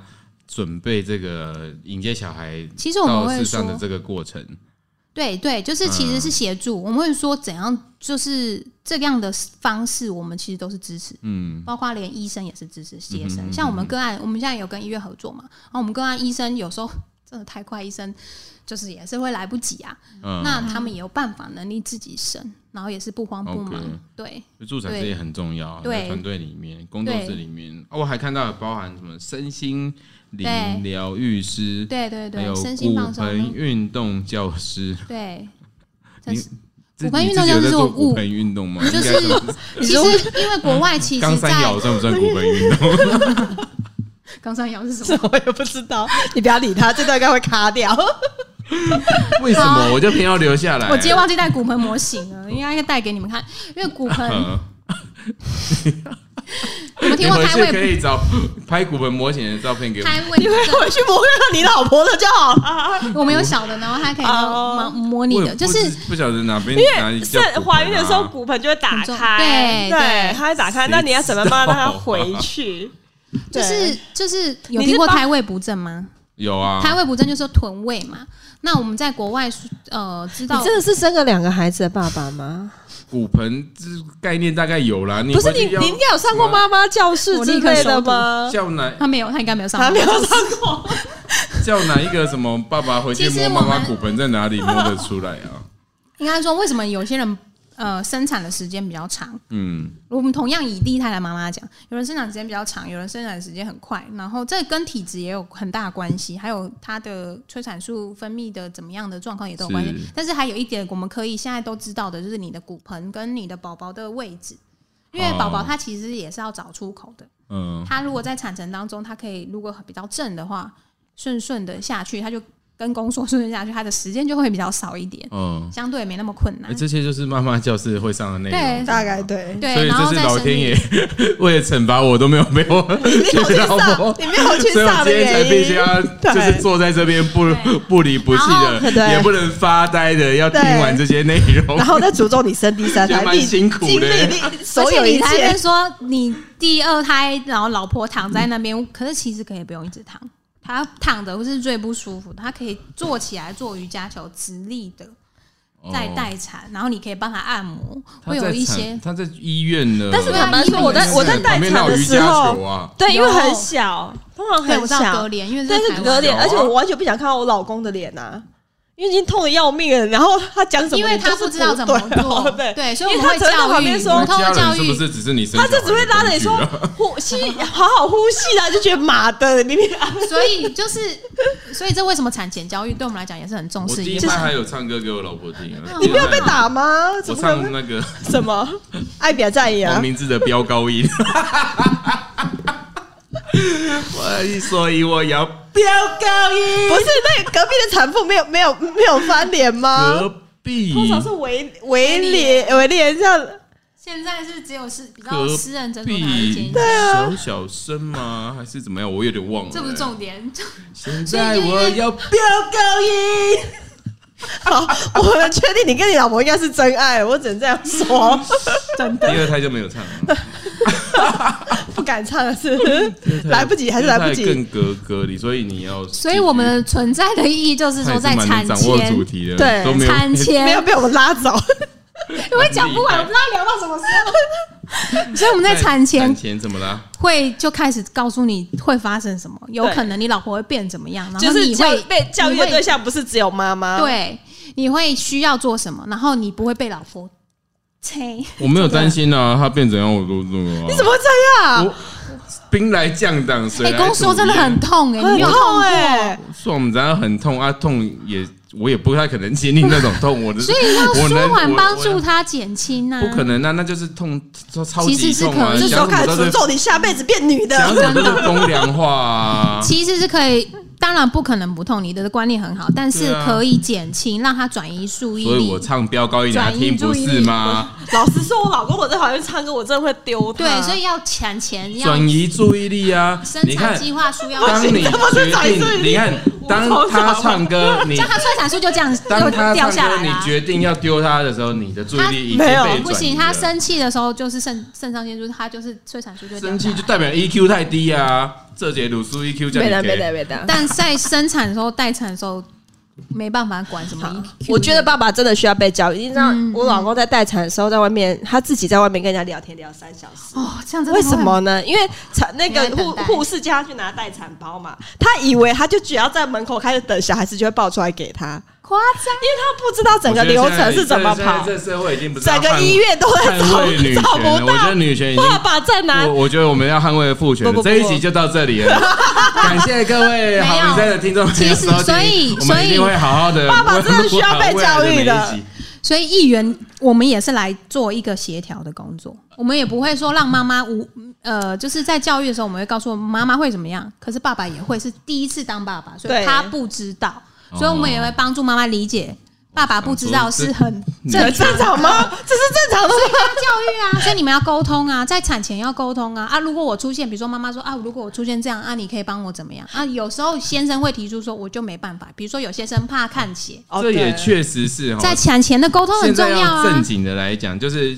Speaker 1: 准备这个迎接小孩
Speaker 2: 其实我们
Speaker 1: 到世
Speaker 2: 会
Speaker 1: 上哦的
Speaker 2: 说，
Speaker 1: 这个过程。嗯
Speaker 2: 对对，就是其实是协助。我们会说怎样，就是这样的方式，我们其实都是支持，嗯，包括连医生也是支持接
Speaker 1: 嗯
Speaker 2: 生。像我们个案，我们现在有跟医院合作嘛，然后我们个案医生有时候真的太快，医生就是也是会来不及啊。
Speaker 1: 嗯
Speaker 2: 那他们也有办法能力自己生，然后也是不慌不忙
Speaker 1: OK
Speaker 2: 对
Speaker 1: 就助产师
Speaker 2: 对
Speaker 1: 也很重要，
Speaker 2: 对
Speaker 1: 在团队里面、工作室里面，哦，我还看到有包含什么身心灵
Speaker 2: 对
Speaker 1: 疗愈师，
Speaker 2: 对对
Speaker 1: 还有
Speaker 2: 对，身心
Speaker 1: 骨
Speaker 2: 放
Speaker 1: 盆
Speaker 2: 松，
Speaker 1: 运动教师。
Speaker 2: 对。
Speaker 1: 你
Speaker 2: 真是
Speaker 1: 自
Speaker 2: 骨盆
Speaker 1: 己
Speaker 2: 运
Speaker 1: 自
Speaker 2: 动
Speaker 1: 己有在
Speaker 2: 教师
Speaker 1: 做
Speaker 2: 我
Speaker 1: 骨
Speaker 2: 误
Speaker 1: 盆运动吗？
Speaker 2: 就是
Speaker 1: 应该算
Speaker 2: 其实因为国外
Speaker 1: *laughs*
Speaker 2: 其
Speaker 1: 刚
Speaker 2: 实
Speaker 1: 三
Speaker 2: 在
Speaker 1: 摇算不算骨盆运
Speaker 2: *laughs*
Speaker 1: 动？
Speaker 2: 冈山窑是什
Speaker 3: 这
Speaker 2: 么？
Speaker 3: *laughs* 我也不知道， *laughs* 你不要理他，这段应该会卡掉。 *laughs*
Speaker 1: 为什么我就偏要留下来？
Speaker 2: 我今天忘记带骨盆模型了，应该带给你们看，因为骨盆
Speaker 1: 嗯
Speaker 2: 你们
Speaker 1: 你
Speaker 2: 听过
Speaker 1: 回
Speaker 2: 胎
Speaker 1: 去可
Speaker 2: 位
Speaker 1: 以找 *laughs* 拍骨盆模型的照片给我。
Speaker 2: 胎位
Speaker 3: 你会
Speaker 2: 不
Speaker 3: 回去摸看你老婆的就好了。
Speaker 2: 正？我们有小的，然后它可以
Speaker 3: 哦
Speaker 2: 模模拟
Speaker 1: 我也
Speaker 2: 的，
Speaker 1: 不
Speaker 2: 就是
Speaker 1: 知不晓得哪边哪里
Speaker 3: 是
Speaker 1: 叫骨盆啊
Speaker 3: 怀孕的时候骨盆就会打
Speaker 2: 很重
Speaker 3: 开，
Speaker 2: 对对
Speaker 3: 它会打开。
Speaker 1: 谁
Speaker 3: 那你要怎么办
Speaker 1: 知道
Speaker 3: 让它回 *laughs* 去？
Speaker 2: 就
Speaker 3: 对
Speaker 2: 是就是有
Speaker 3: 你
Speaker 2: 听
Speaker 3: 是
Speaker 2: 过
Speaker 3: 帮
Speaker 2: 胎位不正吗？
Speaker 1: 有啊，
Speaker 2: 胎位不正就是说臀位嘛。那我们在国外呃知道
Speaker 3: 你真的是生了两个孩子的爸爸吗？
Speaker 1: 骨盆这概念大概有啦。你
Speaker 3: 不是
Speaker 1: 回去
Speaker 3: 你，
Speaker 1: 要
Speaker 3: 你应该有上过妈妈教室之类的吗？
Speaker 1: 叫哪
Speaker 2: 他没有，他应该没有上
Speaker 3: 他
Speaker 2: 过
Speaker 3: 没。有上过，
Speaker 1: 叫哪一个什么爸爸回去
Speaker 2: 其实
Speaker 1: 摸
Speaker 2: 我
Speaker 1: 妈妈
Speaker 2: 们
Speaker 1: 骨盆在哪里摸得出来
Speaker 3: *laughs*
Speaker 1: 啊？
Speaker 2: 应该说为什么有些人呃生产的时间比较长？
Speaker 1: 嗯，
Speaker 2: 我们同样以第一胎来妈妈讲，有人生产时间比较长，有人生产时间很快，然后这跟体质也有很大的关系，还有她的催产素分泌的怎么样的状况也都有关系
Speaker 1: 是。
Speaker 2: 但是还有一点，我们可以现在都知道的就是你的骨盆跟你的宝宝的位置，因为
Speaker 1: 哦
Speaker 2: 宝宝他其实也是要找出口的。
Speaker 1: 嗯，
Speaker 2: 他如果在产程当中，他可以如果比较正的话，顺顺的下去，他就跟宫缩顺顺下去，他的时间就会比较少一点，
Speaker 1: 嗯，
Speaker 2: 相对没那么困
Speaker 1: 哎、
Speaker 2: 难。
Speaker 1: 这些就是妈妈教室会上的内容。
Speaker 2: 对
Speaker 3: 大概对。
Speaker 1: 所
Speaker 2: 对，
Speaker 1: 以
Speaker 2: 然
Speaker 1: 这
Speaker 2: 后
Speaker 1: 是
Speaker 2: 在
Speaker 1: 老
Speaker 2: 生
Speaker 1: 天
Speaker 2: 理
Speaker 1: 爷 *laughs* 为了惩罚我都没有被我
Speaker 3: *laughs* 你没有
Speaker 1: *laughs* 去
Speaker 3: 去
Speaker 1: 老
Speaker 3: 上
Speaker 1: 婆，，
Speaker 3: 你没有去
Speaker 1: 所以我
Speaker 3: 上的
Speaker 1: 今天才
Speaker 3: 原
Speaker 1: 必须
Speaker 3: 因，
Speaker 1: 要就是坐在这边不
Speaker 2: 对
Speaker 1: 不离不弃
Speaker 3: 然
Speaker 1: 的，
Speaker 3: 后
Speaker 1: 也不能发呆的，要听完这些内容
Speaker 3: 然。后再诅咒你生第三
Speaker 1: 觉
Speaker 3: 胎
Speaker 1: 得，蛮
Speaker 3: 你
Speaker 1: 辛苦的
Speaker 3: 经历你所
Speaker 2: 而
Speaker 3: 有
Speaker 2: 且
Speaker 3: 一
Speaker 2: 你才
Speaker 3: 切
Speaker 2: 跟，说你第二胎，然后老婆躺在那边，可是其实可以不用一直躺，她躺着是最不舒服，她可以坐起来做瑜伽球，直立的在
Speaker 1: 哦
Speaker 2: 待产，然后你可以帮她按摩，
Speaker 1: 他
Speaker 2: 会
Speaker 1: 在
Speaker 2: 有一
Speaker 1: 产
Speaker 2: 些
Speaker 1: 他在医院呢，
Speaker 3: 但是
Speaker 2: 对啊
Speaker 3: 坦白
Speaker 2: 因
Speaker 3: 说，
Speaker 2: 为
Speaker 3: 我在
Speaker 2: 你
Speaker 3: 我在
Speaker 1: 旁
Speaker 3: 待
Speaker 1: 边
Speaker 3: 产
Speaker 1: 哪有
Speaker 3: 的
Speaker 1: 瑜
Speaker 3: 时
Speaker 1: 伽
Speaker 3: 候
Speaker 1: 球，啊，
Speaker 3: 对，因
Speaker 2: 有
Speaker 3: 为很小，通常
Speaker 2: 对，我
Speaker 3: 很
Speaker 2: 知道
Speaker 3: 小
Speaker 2: 隔，帘，因为
Speaker 3: 对，
Speaker 2: 这
Speaker 3: 是隔
Speaker 2: 帘，
Speaker 3: 脸，
Speaker 1: 有啊
Speaker 3: 而且我完全不想看到我老公的脸呐、因为已经痛的要命了。然后他讲什么，
Speaker 2: 因为
Speaker 3: 你就是
Speaker 2: 他不知道怎么
Speaker 3: 对啊
Speaker 2: 做，
Speaker 3: 对，
Speaker 2: 对，所以我
Speaker 3: 因为
Speaker 2: 们会
Speaker 3: 他只会在
Speaker 2: 教
Speaker 3: 旁
Speaker 2: 育，
Speaker 3: 边说
Speaker 2: 我们通
Speaker 1: 家
Speaker 2: 过
Speaker 1: 人
Speaker 2: 教
Speaker 1: 是不
Speaker 2: 育
Speaker 1: 是只是你生？
Speaker 3: 他就只会拉着你
Speaker 1: 啊
Speaker 3: 说呼吸，好好呼吸啊，就觉得妈的，
Speaker 1: *laughs*
Speaker 3: 明明啊
Speaker 2: 所以就是，所以这为什么产前教育对我们来讲也是很重
Speaker 1: 我
Speaker 2: 视
Speaker 1: 第
Speaker 2: 一
Speaker 1: 一
Speaker 2: 件
Speaker 1: 拍
Speaker 2: 事。
Speaker 1: 还有唱歌给我老婆听啊，
Speaker 2: *laughs* 你
Speaker 3: 不要被打吗？
Speaker 1: 我
Speaker 3: 怎么可
Speaker 1: 唱
Speaker 3: 能？
Speaker 1: 那
Speaker 3: *laughs*
Speaker 1: 个
Speaker 3: 什么？爱表战役
Speaker 1: 黄
Speaker 3: 啊？
Speaker 1: 明志的飙高音， *laughs* 我所以我要飙高音。
Speaker 3: 不是，那隔壁的产妇没有没有没有翻脸吗？
Speaker 1: 隔壁
Speaker 3: 通常是围围脸围脸这样。
Speaker 2: 现在是只有是比较
Speaker 1: 隔
Speaker 2: 私人诊所哪一间
Speaker 1: 壁，
Speaker 3: 啊
Speaker 1: 小小声吗？还是怎么样？我有点忘了。
Speaker 2: 这不是重点， *laughs* 就
Speaker 1: 现在我要
Speaker 3: 飙高音。 *laughs* 好，我们确定你跟你老婆应该是真爱了，我只能这样说， *laughs* 真
Speaker 1: 第
Speaker 3: 的
Speaker 1: 二胎就没有唱了，
Speaker 2: *laughs*
Speaker 3: 不敢唱了，是不是来不及，还是来不
Speaker 1: 第二胎更
Speaker 3: 及？
Speaker 1: 隔隔离，所以你要。
Speaker 2: 所以我们的存在的意义就是说，
Speaker 1: 还
Speaker 2: 在
Speaker 1: 是蛮能
Speaker 2: 产
Speaker 1: 掌握主
Speaker 2: 前，
Speaker 1: 题的，
Speaker 3: 对
Speaker 1: 都没有 *laughs*
Speaker 2: 产
Speaker 3: 没有
Speaker 2: 前，
Speaker 3: 被我们拉走，
Speaker 2: 因为讲不完，我不知道聊到什么时候， *laughs* 所以我们在产前
Speaker 1: 产前怎么啦？
Speaker 2: 会就开始告诉你会发生什么，有
Speaker 3: 对
Speaker 2: 可能你老婆会变怎么样，
Speaker 3: *laughs*
Speaker 2: 然
Speaker 3: 就
Speaker 2: 后
Speaker 3: 是
Speaker 2: 你
Speaker 3: 教
Speaker 2: 会
Speaker 3: 被教育的
Speaker 2: 你
Speaker 3: 对
Speaker 2: 会
Speaker 3: 象不是只有妈妈，，
Speaker 2: 对，你会需要做什么，然后你不会被老婆催。
Speaker 1: 我没有担心啊，他变怎样我都啊怎么。
Speaker 3: 你怎么会这样？
Speaker 1: 我兵来将挡，水
Speaker 2: 哎、
Speaker 1: 来
Speaker 2: 宫
Speaker 1: 土
Speaker 2: 缩真的
Speaker 1: 掩
Speaker 2: 很痛哎、你
Speaker 3: 很
Speaker 2: 没有
Speaker 3: 痛
Speaker 2: 痛过？
Speaker 3: 哎，
Speaker 1: 说我们然后很痛啊，痛也我也不太可能经历那种痛，我的
Speaker 2: 所以要
Speaker 1: 我能
Speaker 2: 舒缓
Speaker 1: 我
Speaker 2: 帮
Speaker 1: 我
Speaker 2: 助他减轻呐。
Speaker 1: 不可能啊，那就是痛超超
Speaker 2: 其
Speaker 1: 级
Speaker 2: 实是
Speaker 1: 痛啊，
Speaker 2: 可以
Speaker 3: 这时候
Speaker 1: 讲
Speaker 3: 开
Speaker 1: 什
Speaker 3: 始
Speaker 1: 么都是
Speaker 3: 诅咒你下辈子变女
Speaker 1: 讲
Speaker 3: 的，
Speaker 1: 什么都是风凉话
Speaker 2: *laughs*
Speaker 1: 啊，
Speaker 2: 其实是可以，当然不可能不痛，你的观念很好，但
Speaker 1: 对
Speaker 2: 是
Speaker 1: 啊
Speaker 2: 可以减轻，让他转移注意
Speaker 1: 所以
Speaker 2: 力
Speaker 1: 我。唱飙高一点，他听不是吗？
Speaker 3: *laughs* 老实说，我老公我在旁边唱歌，我真的会丢他，
Speaker 2: 对，所以要产前要
Speaker 1: 转移注意力啊，
Speaker 2: 生
Speaker 1: 你
Speaker 2: 产
Speaker 1: 看。
Speaker 2: 计划书要
Speaker 1: 当你
Speaker 3: 这不是
Speaker 1: 决
Speaker 3: 转移注意
Speaker 1: 定，
Speaker 3: 力
Speaker 1: 你看，
Speaker 3: 我
Speaker 1: 当
Speaker 3: 超
Speaker 1: 他
Speaker 3: 傻
Speaker 1: 唱歌，你
Speaker 2: 像他催产素就这样
Speaker 1: 当
Speaker 2: 就
Speaker 1: 他
Speaker 2: 掉
Speaker 1: 唱
Speaker 2: 下
Speaker 1: 歌，
Speaker 2: 来
Speaker 1: 你
Speaker 2: 啦。
Speaker 1: 决定要丢他的时候，你的注意力已经
Speaker 3: 他
Speaker 1: 被
Speaker 3: 没有
Speaker 1: 转移
Speaker 2: 不行，
Speaker 1: 了
Speaker 2: 他生气的时候就是肾肾上腺素，他就是催产素就掉
Speaker 1: 生
Speaker 2: 下
Speaker 1: 气
Speaker 2: 来
Speaker 1: 就。代表 EQ 太低啊，这节鲁苏 EQ 叫你
Speaker 3: 没得没
Speaker 1: 给
Speaker 3: 得没得，
Speaker 2: 但在生产的时候、待产的时候，没办法管什么 EQ
Speaker 3: 我觉得爸爸真的需要被教育。你知道
Speaker 2: 嗯，
Speaker 3: 我老公在待产的时候，在外面他自己在外面跟人家聊天聊三小时。
Speaker 2: 哦，这样真的
Speaker 3: 为
Speaker 2: 会
Speaker 3: 什么呢？因为产那
Speaker 2: 你要
Speaker 3: 个
Speaker 2: 等
Speaker 3: 护
Speaker 2: 待
Speaker 3: 护士叫他去拿待产包嘛，他以为他就只要在门口开始等，小孩子就会抱出来给他，
Speaker 2: 很夸张？
Speaker 3: 因为他不知道整个流程是怎么跑，
Speaker 1: 这社会已经不是
Speaker 3: 整个医院都在找
Speaker 1: 捍卫女权
Speaker 3: 找
Speaker 1: 了，
Speaker 3: 不
Speaker 1: 我觉
Speaker 3: 到
Speaker 1: 得女权已经
Speaker 3: 爸爸在哪
Speaker 1: 我我觉得我们要捍卫父权
Speaker 3: 不不
Speaker 1: 的，
Speaker 3: 不
Speaker 1: 这一集就到这里了。 *laughs* 感谢各位好评赛的听众朋友收听，
Speaker 2: 其实所以
Speaker 1: 我们一定
Speaker 2: 所以
Speaker 1: 会好好的。*laughs*
Speaker 3: 爸爸真的需要被教育的
Speaker 2: 所以议员，我们也是来做一个协调的工作，我们也不会说让妈妈无呃，就是在教育的时候，我们会告诉妈妈会怎么样，可是爸爸也会是第一次当爸爸，所以
Speaker 3: 对
Speaker 2: 他不知道，
Speaker 1: 哦
Speaker 2: 所以我们也会帮助妈妈理解，爸爸不知道是很
Speaker 1: 这
Speaker 2: 正
Speaker 3: 很
Speaker 2: 常
Speaker 3: 正常吗？这是正
Speaker 2: *laughs*
Speaker 3: 常的吗？
Speaker 2: 要教育啊，所以你们要沟通啊，在产前要沟通啊啊！如果我出现，比如说妈妈说啊，如果我出现这样啊，你可以帮我怎么样啊？有时候先生会提出说，我就没办法，比如说有些生怕看血，
Speaker 1: 这也确实是哈。
Speaker 2: 在产前的沟通很
Speaker 1: 哦现
Speaker 2: 重
Speaker 1: 在要正
Speaker 2: 啊。
Speaker 1: 经的来讲，就是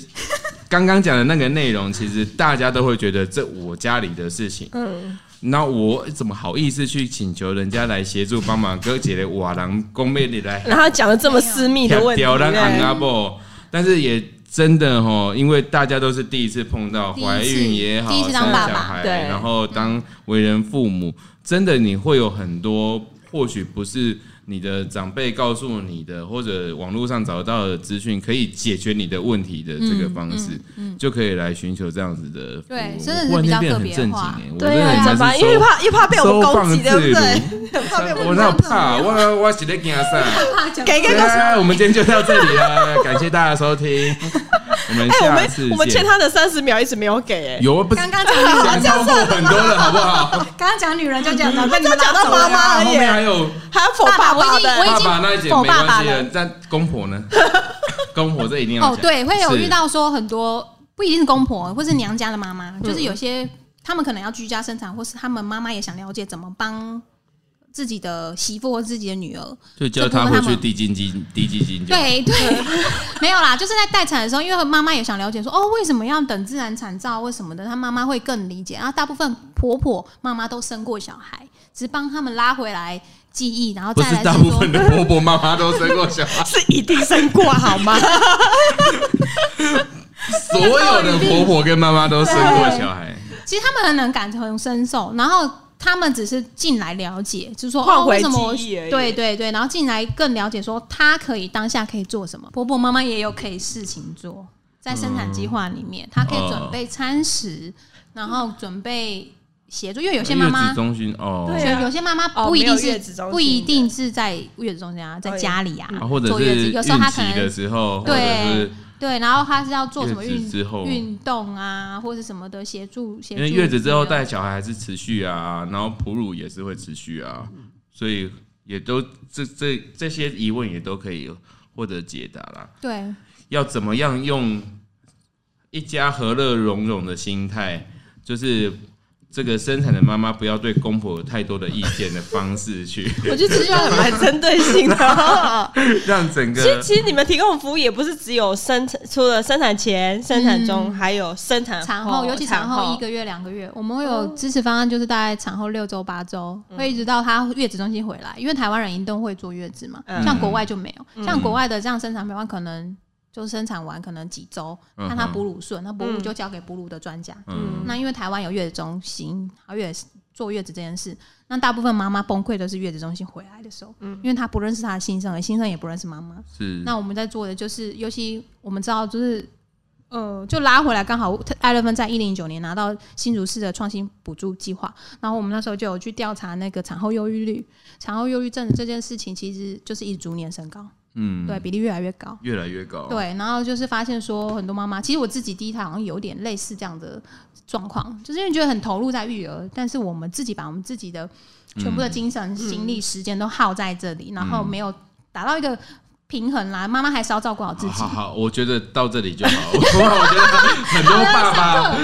Speaker 1: 刚刚讲的那个内容，其实大家都会觉得这我家里的事情，
Speaker 3: 嗯，
Speaker 1: 那我怎么好意思去请求人家来协助帮忙？哥姐的瓦郎公妹你
Speaker 2: *laughs*
Speaker 1: 来
Speaker 3: 然后讲的这么私密的问
Speaker 1: *laughs*
Speaker 3: 题，
Speaker 1: 挑
Speaker 3: 对
Speaker 1: 咱
Speaker 3: 不
Speaker 1: 红阿
Speaker 3: 对
Speaker 1: 伯，但是也真的吼，因为大家都是第一次碰到
Speaker 2: 第一次
Speaker 1: 怀孕也好，
Speaker 2: 第一次当
Speaker 1: 生
Speaker 2: 爸
Speaker 1: 小
Speaker 2: 爸
Speaker 1: 孩，
Speaker 3: 对
Speaker 1: 然后当为人父母，真的你会有很多或许不是。你的长辈告诉你的，或者网络上找到的资讯，可以解决你的问题的这个方式，就可以来寻求这样子的服务。
Speaker 2: 嗯对真的是
Speaker 1: 我忽然
Speaker 2: 比
Speaker 1: 间变
Speaker 2: 较
Speaker 1: 得
Speaker 2: 个
Speaker 1: 很
Speaker 2: 别
Speaker 1: 正经
Speaker 2: 化
Speaker 1: 哎、我真
Speaker 3: 对
Speaker 1: 的
Speaker 3: 啊，
Speaker 1: 很
Speaker 3: 怎
Speaker 1: 蛮
Speaker 3: 么？
Speaker 1: 是
Speaker 3: 因为
Speaker 1: 收
Speaker 3: 怕又怕被我们
Speaker 1: 收
Speaker 3: 攻
Speaker 1: 放
Speaker 3: 击，对不
Speaker 1: 自
Speaker 3: 对？
Speaker 1: 如。
Speaker 3: 很怕被我
Speaker 1: 我
Speaker 3: 们
Speaker 1: 那
Speaker 3: 攻击。
Speaker 1: 怕，我我是在惊
Speaker 2: *laughs*
Speaker 1: 啥？
Speaker 3: 给一个
Speaker 1: 对
Speaker 3: 告诉
Speaker 1: 啊，我们今天就到这里了， *laughs* 感谢大家收听，我们
Speaker 3: 哎，我
Speaker 1: 下次见。
Speaker 3: 们我们欠他的三十秒一直没有给，哎，
Speaker 1: 有啊不是
Speaker 2: 刚刚讲女
Speaker 1: 讲
Speaker 2: 人就
Speaker 1: 超过很多了，好不
Speaker 2: *laughs*
Speaker 1: 好？啊
Speaker 2: 刚刚讲女人就这
Speaker 3: *laughs*
Speaker 2: 样子，被你
Speaker 3: 就
Speaker 2: 们
Speaker 3: 讲到
Speaker 2: 了
Speaker 3: 妈妈而
Speaker 1: 后面还
Speaker 3: 已，
Speaker 1: 有
Speaker 3: 还要否爸
Speaker 2: 爸
Speaker 3: 爸
Speaker 2: 爸我已经
Speaker 3: 的
Speaker 2: 我已。
Speaker 1: 爸爸那一节
Speaker 2: 否
Speaker 1: 没
Speaker 2: 爸爸
Speaker 1: 关系
Speaker 2: 了
Speaker 1: 的，但公婆
Speaker 2: *laughs*
Speaker 1: 呢？公婆这一定要
Speaker 2: 哦，
Speaker 1: 讲
Speaker 2: 对，会有
Speaker 1: 是
Speaker 2: 遇到说很多不一定是公婆或是娘家的妈
Speaker 1: 嗯
Speaker 2: 妈，就是有些他们可能要居家生产，或是他们妈妈也想了解怎么帮自己的媳妇或自己的女儿。
Speaker 1: 就叫他回去低基金，低基金就好
Speaker 2: 对对，
Speaker 1: *laughs*
Speaker 2: 没有啦，就是在待产的时候，因为妈妈也想了解说，哦，为什么要等自然产兆或什么的，她妈妈会更理解。然后大部分婆婆妈妈都生过小孩，只是帮他们拉回来记忆，然后
Speaker 1: 不
Speaker 2: 再
Speaker 1: 是
Speaker 2: 来
Speaker 1: 大
Speaker 2: 是
Speaker 1: 部
Speaker 2: 说
Speaker 1: 分的婆婆妈妈都生过小孩，
Speaker 3: *laughs* 是一定生过好 *laughs* 吗？
Speaker 1: 所有的婆婆跟妈妈都生过小孩。
Speaker 2: 其实他们很能感同身受，然后他们只是进来了解，就是说
Speaker 3: 换
Speaker 2: 哦，
Speaker 3: 回
Speaker 2: 为什么我
Speaker 3: 记忆而已
Speaker 2: 对对对，然后进来更了解说他可以当下可以做什么，婆婆妈妈也有可以事情做，在生产计划里面，她可以准备餐食，然后准备协助，因为 *laughs* 有些妈
Speaker 1: 月
Speaker 2: 妈
Speaker 1: 子。中心哦，
Speaker 3: 对啊
Speaker 2: 有有些妈妈
Speaker 3: 哦
Speaker 2: 不一定
Speaker 3: 没有月
Speaker 2: 是
Speaker 3: 子中心的
Speaker 2: 不一定是在
Speaker 1: 哦
Speaker 2: 月子中心啊，在家里啊
Speaker 1: 啊，或者
Speaker 2: 坐
Speaker 1: 是
Speaker 2: 月子，
Speaker 1: 孕
Speaker 2: 有时候她可
Speaker 1: 期
Speaker 2: 能
Speaker 1: 的时候，或者是
Speaker 2: 对对，然后她是要做什么
Speaker 1: 月子
Speaker 2: 运
Speaker 1: 之后
Speaker 2: 运动啊，或者什么的协助协助
Speaker 1: 因
Speaker 2: 那个。
Speaker 1: 为月子之后带小孩还是持续啊，然后哺乳也是会持续啊，所以也都这这这些疑问也都可以获得解答啦。
Speaker 2: 对，
Speaker 1: 要怎么样用一家和乐融融的心态，就是这个生产的妈妈不要对公婆有太多的意见的方式去 *laughs*
Speaker 3: 我觉得这句话很蛮针对性的。
Speaker 1: 让整
Speaker 3: 其实，
Speaker 1: 个
Speaker 3: 其实你们提供的服务也不是只有生产，除了生产前、生产中，还有生产
Speaker 2: 产
Speaker 3: 后，
Speaker 2: 后，尤其产后一个月、两个月，我们会有支持方案，就是大概产后六周、八周，会一直到她月子中心回来，因为台湾人一定会坐月子嘛，
Speaker 3: 嗯
Speaker 2: 像国外就没有，像国外的这样生产陪伴可能。就生产完可能几周，
Speaker 1: 嗯哼
Speaker 2: 看她哺乳顺，那哺乳就交给哺乳的专家。
Speaker 1: 嗯
Speaker 2: 那因为台湾有月子中心，还有月坐月子这件事，那大部分妈妈崩溃都是月子中心回来的时候，因为她不认识她的新生儿，新生儿也不认识妈妈，
Speaker 1: 是
Speaker 2: 那我们在做的就是，尤其我们知道就是。呃，就拉回来，刚好艾乐芬在一零九年拿到新竹市的创新补助计划，然后我们那时候就有去调查那个产后忧郁率，产后忧郁症这件事情其实就是一直逐年升高，
Speaker 1: 嗯
Speaker 2: 对比例越来越高，
Speaker 1: 越来越高，
Speaker 2: 对，然后就是发现说很多妈妈，其实我自己第一胎好像有点类似这样的状况，就是因为觉得很投入在育儿，但是我们自己把我们自己的
Speaker 1: 嗯
Speaker 2: 全部的精神、精力、时间都耗在这里，然后没有达到一个平衡啦。妈妈还是要照顾好自
Speaker 1: 好
Speaker 2: 己。
Speaker 1: 好好，我觉得到这里就好。 *laughs* 我觉得很多爸爸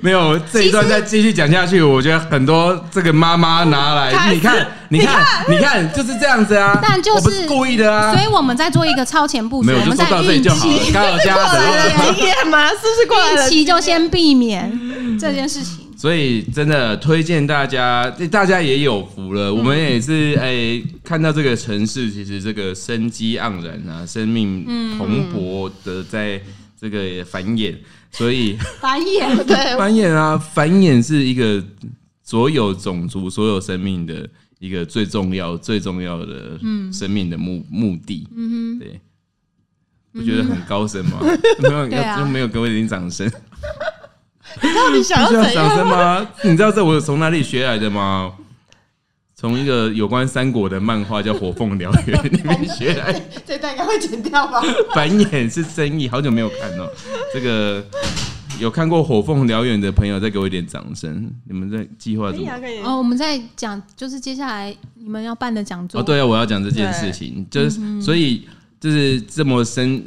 Speaker 1: 没有这一段再继续讲下去，我觉得很多这个妈妈拿来，你看，你看，你看，就是这样子啊。
Speaker 2: 但就是
Speaker 1: 我不是故意的啊
Speaker 2: 所。以我们在做一个超前部署，
Speaker 1: 没有，
Speaker 2: 我
Speaker 1: 就
Speaker 2: 们
Speaker 1: 说
Speaker 2: 在
Speaker 1: 到这里
Speaker 2: 孕
Speaker 1: 就好了
Speaker 2: 期，。
Speaker 1: 刚好加
Speaker 2: *laughs*
Speaker 3: 过来
Speaker 1: 的
Speaker 3: 的经验吗？是不是过来
Speaker 2: 孕
Speaker 3: 的
Speaker 2: 期就
Speaker 3: 经
Speaker 1: *laughs*
Speaker 3: 验
Speaker 2: 先避免这件事情。
Speaker 1: 所以真的推荐大家，大家也有福
Speaker 2: 嗯
Speaker 1: 了。我们也是哎、看到这个城市，其实这个生机盎然啊，生命
Speaker 2: 嗯
Speaker 1: 蓬勃的在这个繁衍，所以
Speaker 2: 繁衍对，
Speaker 1: 繁衍啊，繁衍是一个所有种族、所有生命的一个最重要、最重要的
Speaker 2: 嗯
Speaker 1: 生命的目、目的。嗯对，我觉得很高深
Speaker 2: *laughs*
Speaker 1: 嘛，没有，
Speaker 2: 对啊
Speaker 1: 要就没有给我一点掌声，
Speaker 3: 你到底想
Speaker 1: 需
Speaker 3: 要
Speaker 1: 要
Speaker 3: 怎
Speaker 1: 掌 *laughs*
Speaker 3: 样？
Speaker 1: 声吗？你知道这我有从哪里学来的吗？从一个有关三国的漫画叫《火凤燎原》里面学来的，
Speaker 2: *laughs* 这段应该会剪掉吧？
Speaker 1: 繁衍是争议，好久没有看了。这个有看过《火凤燎原》的朋友，再给我一点掌声。你们在计划
Speaker 3: 可
Speaker 1: 怎
Speaker 3: 以
Speaker 1: 么
Speaker 3: 啊，可以。
Speaker 2: 哦，我们在讲就是接下来你们要办的讲座，
Speaker 1: 哦，对啊，我要讲这件事情，就是、所以就是这么生，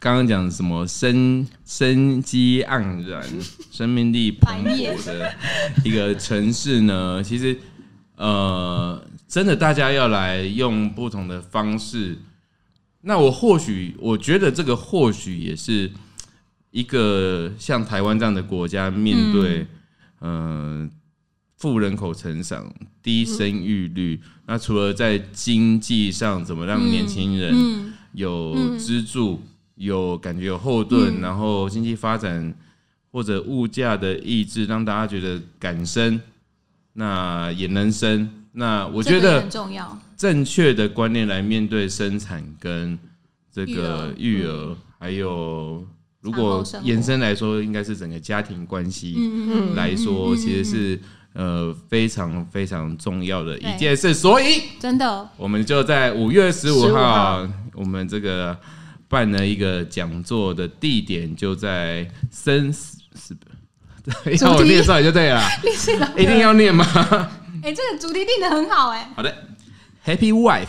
Speaker 1: 刚刚讲什么生生机盎然、生命力蓬勃的一个城市呢？其实呃，真的大家要来用不同的方式。那我或许我觉得这个或许也是一个像台湾这样的国家面对、呃负人口成长、
Speaker 2: 嗯
Speaker 1: 低生育率，那除了在经济上怎么让年轻
Speaker 2: 嗯
Speaker 1: 人有支柱、有感觉、有后
Speaker 2: 嗯
Speaker 1: 盾，然后经济发展或者物价的抑制，让大家觉得敢生，那也能生。那我
Speaker 2: 这
Speaker 1: 觉
Speaker 2: 个也
Speaker 1: 得
Speaker 2: 很重要。
Speaker 1: 正确的观念来面对生产跟这个
Speaker 2: 育
Speaker 1: 育
Speaker 2: 儿嗯
Speaker 1: 儿，还有如
Speaker 2: 产
Speaker 1: 果
Speaker 2: 后生活
Speaker 1: 延伸来说，应该是整个家庭关系
Speaker 2: 嗯
Speaker 1: 来说，其实是呃非常非常重要的一件事。所以
Speaker 2: 嗯真的，
Speaker 1: 我们就在五月十五
Speaker 3: 15
Speaker 1: 号
Speaker 3: 号，
Speaker 1: 我们这个办了一个讲座的地点就在森斯，是要我念出来就对了，
Speaker 2: *laughs*
Speaker 1: 一定要念吗？
Speaker 2: 哎、这个主题定的很好哎、
Speaker 1: 好的，Happy Wife,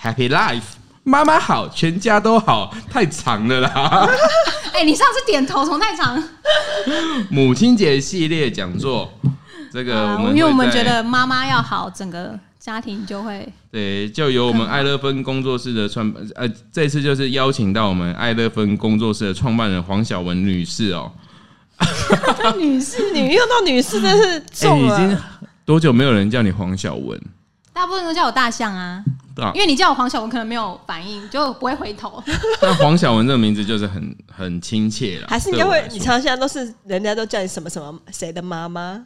Speaker 1: Happy Life，妈妈好，全家都好，太长了啦。
Speaker 2: 哎、你上次点头从太长，
Speaker 1: 母亲节系列讲座，这个我
Speaker 2: 啊
Speaker 1: 们、会
Speaker 2: 因为我们
Speaker 1: 在
Speaker 2: 觉得妈妈要好，整个家庭
Speaker 1: *laughs*
Speaker 2: 就会
Speaker 1: 对，就由我们爱乐芬工作室的创办呃，这次就是邀请到我们爱乐芬工作室的创办人黄小文女士哦，
Speaker 3: 女士，女用到女士真是中
Speaker 1: 哎已经
Speaker 3: 了。
Speaker 1: 多久没有人叫你黄小
Speaker 2: *laughs*
Speaker 1: 文？
Speaker 2: 大部分都叫我大象啊，
Speaker 1: 对啊
Speaker 2: 因，为你叫我黄小文可能没有反应，就不会回头。
Speaker 1: 那黄小文这个名字就是很很亲切了，
Speaker 3: 还是应
Speaker 1: 对
Speaker 3: 该
Speaker 1: 我
Speaker 3: 会
Speaker 1: 来，说
Speaker 3: 你常常现在都是人家都叫你什么什么谁的妈妈，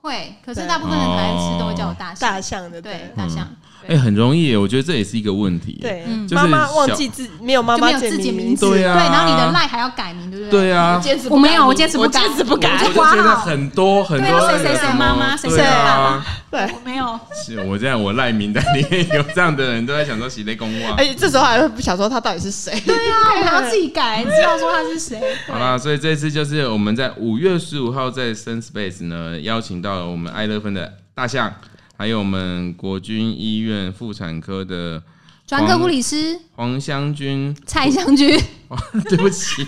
Speaker 2: 会，可是
Speaker 3: 对
Speaker 2: 大部分的台式都会叫我大象，
Speaker 3: 哦大象的
Speaker 2: 对
Speaker 3: 对
Speaker 2: 大象，
Speaker 1: 哎、很容易耶，我觉得这也是一个问题。，
Speaker 3: 对
Speaker 2: 嗯，
Speaker 1: 就是
Speaker 3: 妈妈
Speaker 1: 小
Speaker 3: 忘记自没有妈
Speaker 2: 就
Speaker 3: 妈
Speaker 2: 没有自己名
Speaker 3: 名
Speaker 2: 字，
Speaker 1: 字对啊
Speaker 2: 然后你的赖还要改名，对不对？
Speaker 1: 对啊，
Speaker 3: 坚持不
Speaker 2: 我没有
Speaker 3: 改名
Speaker 2: 我坚持不
Speaker 3: 我
Speaker 2: 改
Speaker 3: 坚持不
Speaker 1: 我
Speaker 3: 改
Speaker 1: 就，
Speaker 2: 哇
Speaker 1: 现在很多很多
Speaker 2: 对啊
Speaker 1: 那个
Speaker 2: 谁谁谁
Speaker 1: 什么
Speaker 2: 妈妈谁
Speaker 1: 对
Speaker 2: 谁
Speaker 1: 啊，
Speaker 3: 对，
Speaker 2: 我没有，
Speaker 1: 是我这样我赖名单里面有这样的人都在想说喜内公话
Speaker 3: 而。且哎这时候还会不想说他到底是谁，
Speaker 2: 对啊，我还要自己改，知道说他是谁。对
Speaker 1: 好啦，所以这次就是我们在五月十五号在 Sun Space 呢，邀请到了我们爱乐芬的大象，还有我们国军医院妇产科的
Speaker 2: 专科护理师
Speaker 1: 黄湘君， *laughs*
Speaker 2: 蔡湘君，
Speaker 1: 对不
Speaker 2: *laughs*
Speaker 1: 起，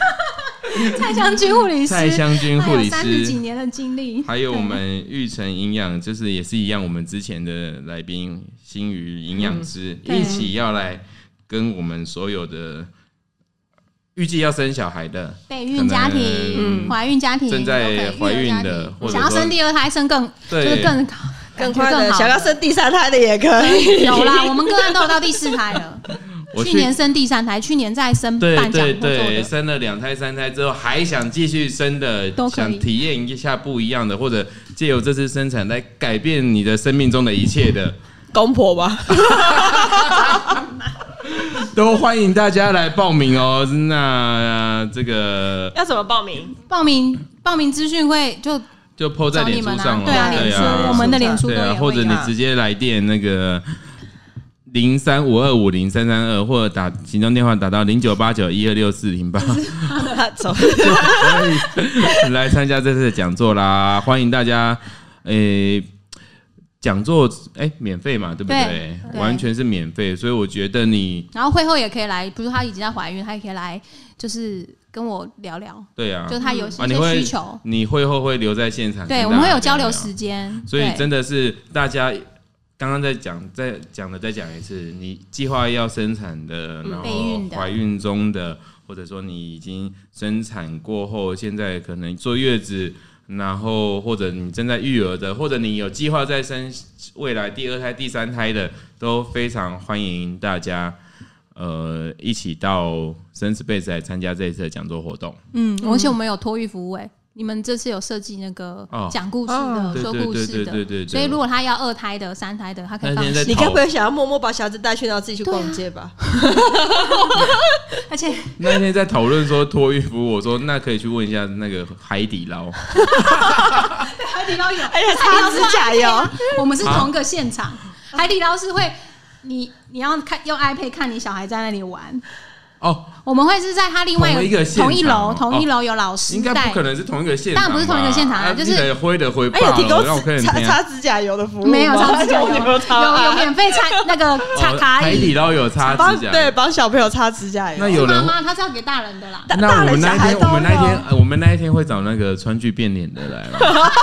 Speaker 2: 蔡湘君护理师，
Speaker 1: 蔡湘君护理
Speaker 2: 三十几
Speaker 1: 师，
Speaker 2: 年的经历，
Speaker 1: 还有我们玉成营养，就是也是一样，我们之前的来宾新宇营养师、
Speaker 2: 嗯对
Speaker 1: 一起要来跟我们所有的预计要生小孩的，
Speaker 2: 备孕家
Speaker 1: 可
Speaker 2: 庭、
Speaker 1: 能
Speaker 2: 嗯怀孕家庭、
Speaker 1: 正在怀孕的
Speaker 2: 有可以育儿家庭
Speaker 1: 或者
Speaker 2: 想要
Speaker 1: 说
Speaker 2: 生第二胎，生更就
Speaker 1: 对
Speaker 2: 是更
Speaker 3: 更快
Speaker 2: 感觉
Speaker 3: 的
Speaker 2: 更好
Speaker 3: 想要生第三胎的也可以，
Speaker 2: 有啦，我们个案都有到第四胎了。
Speaker 1: *laughs* 我
Speaker 2: 去年生第三胎，去年再生
Speaker 1: 对
Speaker 2: 办讲
Speaker 1: 对
Speaker 2: 座做
Speaker 1: 对，
Speaker 2: 的，
Speaker 1: 生了两胎、三胎之后，还想继续生的
Speaker 2: 都，可以
Speaker 1: 想体验一下不一样的，或者借由这次生产来改变你的生命中的一切的，
Speaker 3: *laughs* 公婆吧，
Speaker 1: 都欢迎大家来报名哦。那、呃这个
Speaker 3: 要怎么报名？
Speaker 2: 报名报名资讯会就
Speaker 1: 就 PO 在
Speaker 2: 找
Speaker 1: 脸
Speaker 2: 你
Speaker 1: 书
Speaker 2: 们
Speaker 1: 上了，
Speaker 2: 啊，对啊，
Speaker 3: 对
Speaker 2: 脸书
Speaker 3: 啊
Speaker 2: 我们的脸书都
Speaker 1: 对啊，
Speaker 2: 也
Speaker 1: 或者
Speaker 2: 会
Speaker 1: 你
Speaker 2: 有。
Speaker 3: 啊
Speaker 1: 直接来电那个。零三五二五零三三二，或者打行动电话打到零九八九一二六四零八，
Speaker 3: *laughs* 走，
Speaker 1: *laughs* 来参加这次的讲座啦！欢迎大家，诶、讲座诶、免费嘛，对不对？
Speaker 2: 对
Speaker 1: 完全是免费，所以我觉得你
Speaker 2: 然后会后也可以来，比如说她已经在怀孕，她也可以来，就是跟我聊聊，
Speaker 1: 对啊
Speaker 2: 就，她有一
Speaker 1: 啊，你会
Speaker 2: 些需求，
Speaker 1: 你会后会留在现场，
Speaker 2: 对，我们会有交流。时间，
Speaker 1: 所以
Speaker 2: 对
Speaker 1: 啊真的是大家刚刚在讲，在讲的再讲一次，你计划要生产的，然
Speaker 2: 嗯备
Speaker 1: 后
Speaker 2: 孕的
Speaker 1: 怀孕中的，或者说你已经生产过后，现在可能坐月子，然后或者你正在育儿的，或者你有计划再生未来第二胎、第三胎的，都非常欢迎大家。呃，一起到深 space 来参加这一次的讲座活动。
Speaker 2: 嗯，而且我们有托育服务哎、你们这次有设计那个
Speaker 1: 哦
Speaker 2: 讲故事的、
Speaker 3: 哦
Speaker 1: 对
Speaker 2: 说
Speaker 1: 对
Speaker 2: 故
Speaker 1: 对对
Speaker 2: 事的，
Speaker 1: 对哎对对
Speaker 2: 所以如果他要二胎的、三胎的，他可以
Speaker 1: 那
Speaker 2: 放
Speaker 1: 现在
Speaker 2: 心。
Speaker 3: 你该不会想要默默把小孩子带去，然后自己去逛街 *laughs* 吧？
Speaker 2: 而且
Speaker 1: 那天在讨论说脱衣服，我说那可以去问一下那个海底捞，
Speaker 2: 海底捞
Speaker 3: 而
Speaker 2: 有，
Speaker 3: 且
Speaker 2: 海底
Speaker 3: 哎擦
Speaker 2: 捞是
Speaker 3: 指甲油，
Speaker 2: *laughs* 我们是同个现场，
Speaker 1: 啊
Speaker 2: 海底捞是会。你你要看用 iPad 看你小孩在那里玩，
Speaker 1: 哦，
Speaker 2: 我们会是在他另外
Speaker 1: 同一个现场
Speaker 2: 同一楼
Speaker 1: 哦
Speaker 2: 同一楼有老师
Speaker 1: 应该
Speaker 2: 带
Speaker 1: 不可能是同一个现场吧，
Speaker 2: 当然不是同一个现场啊
Speaker 1: 啊
Speaker 2: 就是
Speaker 1: 一人挥的挥罢
Speaker 3: 哎，有提
Speaker 1: 了，让我客
Speaker 3: 供
Speaker 1: 人
Speaker 3: 擦
Speaker 1: 听啊。
Speaker 3: 擦指甲油的服务吗，
Speaker 2: 没有擦指
Speaker 3: *laughs*
Speaker 2: 甲油，
Speaker 3: 有没
Speaker 2: 有
Speaker 3: 有擦，
Speaker 2: 有免费擦那个擦
Speaker 1: 哦
Speaker 2: 卡
Speaker 1: 海
Speaker 2: 椅
Speaker 1: 底，捞有擦指
Speaker 3: 帮
Speaker 1: 甲，
Speaker 3: 对。帮小朋友擦指甲油。
Speaker 1: 那有
Speaker 2: 妈
Speaker 1: 人，
Speaker 2: 妈她是要给大人的啦，
Speaker 3: 大
Speaker 1: 那我
Speaker 3: 大
Speaker 1: 们
Speaker 3: 人
Speaker 1: 那
Speaker 3: 小
Speaker 1: 一
Speaker 3: 孩
Speaker 1: 天，
Speaker 3: 都
Speaker 1: 我们那一
Speaker 3: 有
Speaker 1: 天，呃我们那一天会找那个川剧变脸的来吗？
Speaker 3: *laughs*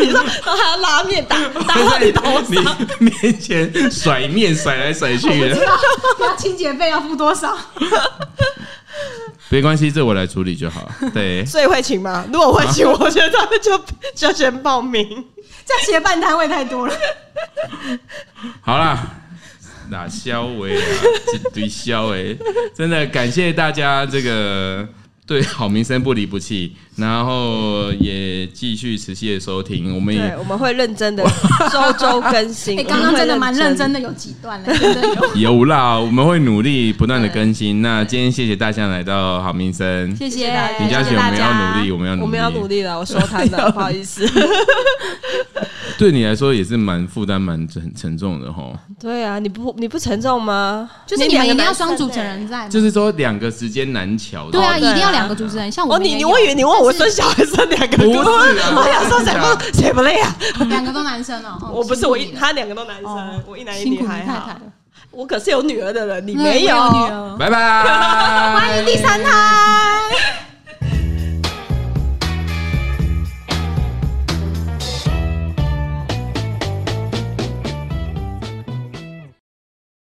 Speaker 3: 你说，然后还要拉面
Speaker 1: *laughs*
Speaker 3: 打打
Speaker 1: 就
Speaker 3: 到
Speaker 1: 在
Speaker 3: 你头上，
Speaker 1: 你面前甩面甩来甩去的，
Speaker 2: 要清洁费要付多少？
Speaker 1: 没关系，这我来处理就好。对，
Speaker 3: 所以会请吗？如果会请，
Speaker 1: 啊
Speaker 3: 我觉得他们就就先报名。
Speaker 2: 这样协办摊位太多了。
Speaker 1: 好啦，哪消维啊，这堆消维，真的感谢大家这个对好名声不离不弃，然后也继续持续的收听，我们
Speaker 3: 对，
Speaker 1: 也。
Speaker 3: 我们会认真的周周更新。
Speaker 2: *laughs* *laughs* 哎，刚刚真的蛮认真的，有几段嘞，真的有。
Speaker 1: 有啦，我们会努力不断的更新。那今天谢谢大家来到好名声，
Speaker 2: *laughs* 谢
Speaker 3: 谢谢大家
Speaker 1: 林嘉许，
Speaker 2: 谢谢
Speaker 1: 我
Speaker 2: 大
Speaker 1: 们要
Speaker 2: 家。
Speaker 1: 努力，我们要努力，
Speaker 3: 我们要努力了，我收摊
Speaker 1: *laughs*
Speaker 3: 了，不好意思。
Speaker 1: 对你来说也是蛮负担蛮沉沉重的吼。
Speaker 3: 对啊，你不你不沉重吗？
Speaker 2: 就是你们一定要双主持
Speaker 3: 欸
Speaker 2: 人在嘛，
Speaker 1: 就是说两个时间难瞧，
Speaker 2: 欸对啊，
Speaker 3: 哦
Speaker 2: 一
Speaker 3: 对啊
Speaker 2: 定要两个主持人。像我
Speaker 3: 哦，
Speaker 2: 们
Speaker 3: 你
Speaker 2: 也
Speaker 3: 你
Speaker 2: 有
Speaker 3: 我以为你问我生
Speaker 2: 但是
Speaker 3: 小孩生两个，
Speaker 1: 不是啊
Speaker 3: 我想说谁
Speaker 1: 不
Speaker 3: 不谁不累啊？
Speaker 2: 两个都男生哦。哦
Speaker 3: 我不是我一
Speaker 2: 辛苦你了
Speaker 3: 他两个都男
Speaker 2: 哦
Speaker 3: 生，我一男一
Speaker 2: 辛苦
Speaker 3: 女
Speaker 2: 你
Speaker 3: 还
Speaker 2: 太
Speaker 3: 好
Speaker 2: 太。了，
Speaker 3: 我可是有女儿的人，你
Speaker 2: 那
Speaker 3: 没
Speaker 2: 我
Speaker 3: 有
Speaker 2: 有女儿，
Speaker 1: 拜拜，
Speaker 2: 啊 *laughs* 欢迎第三胎。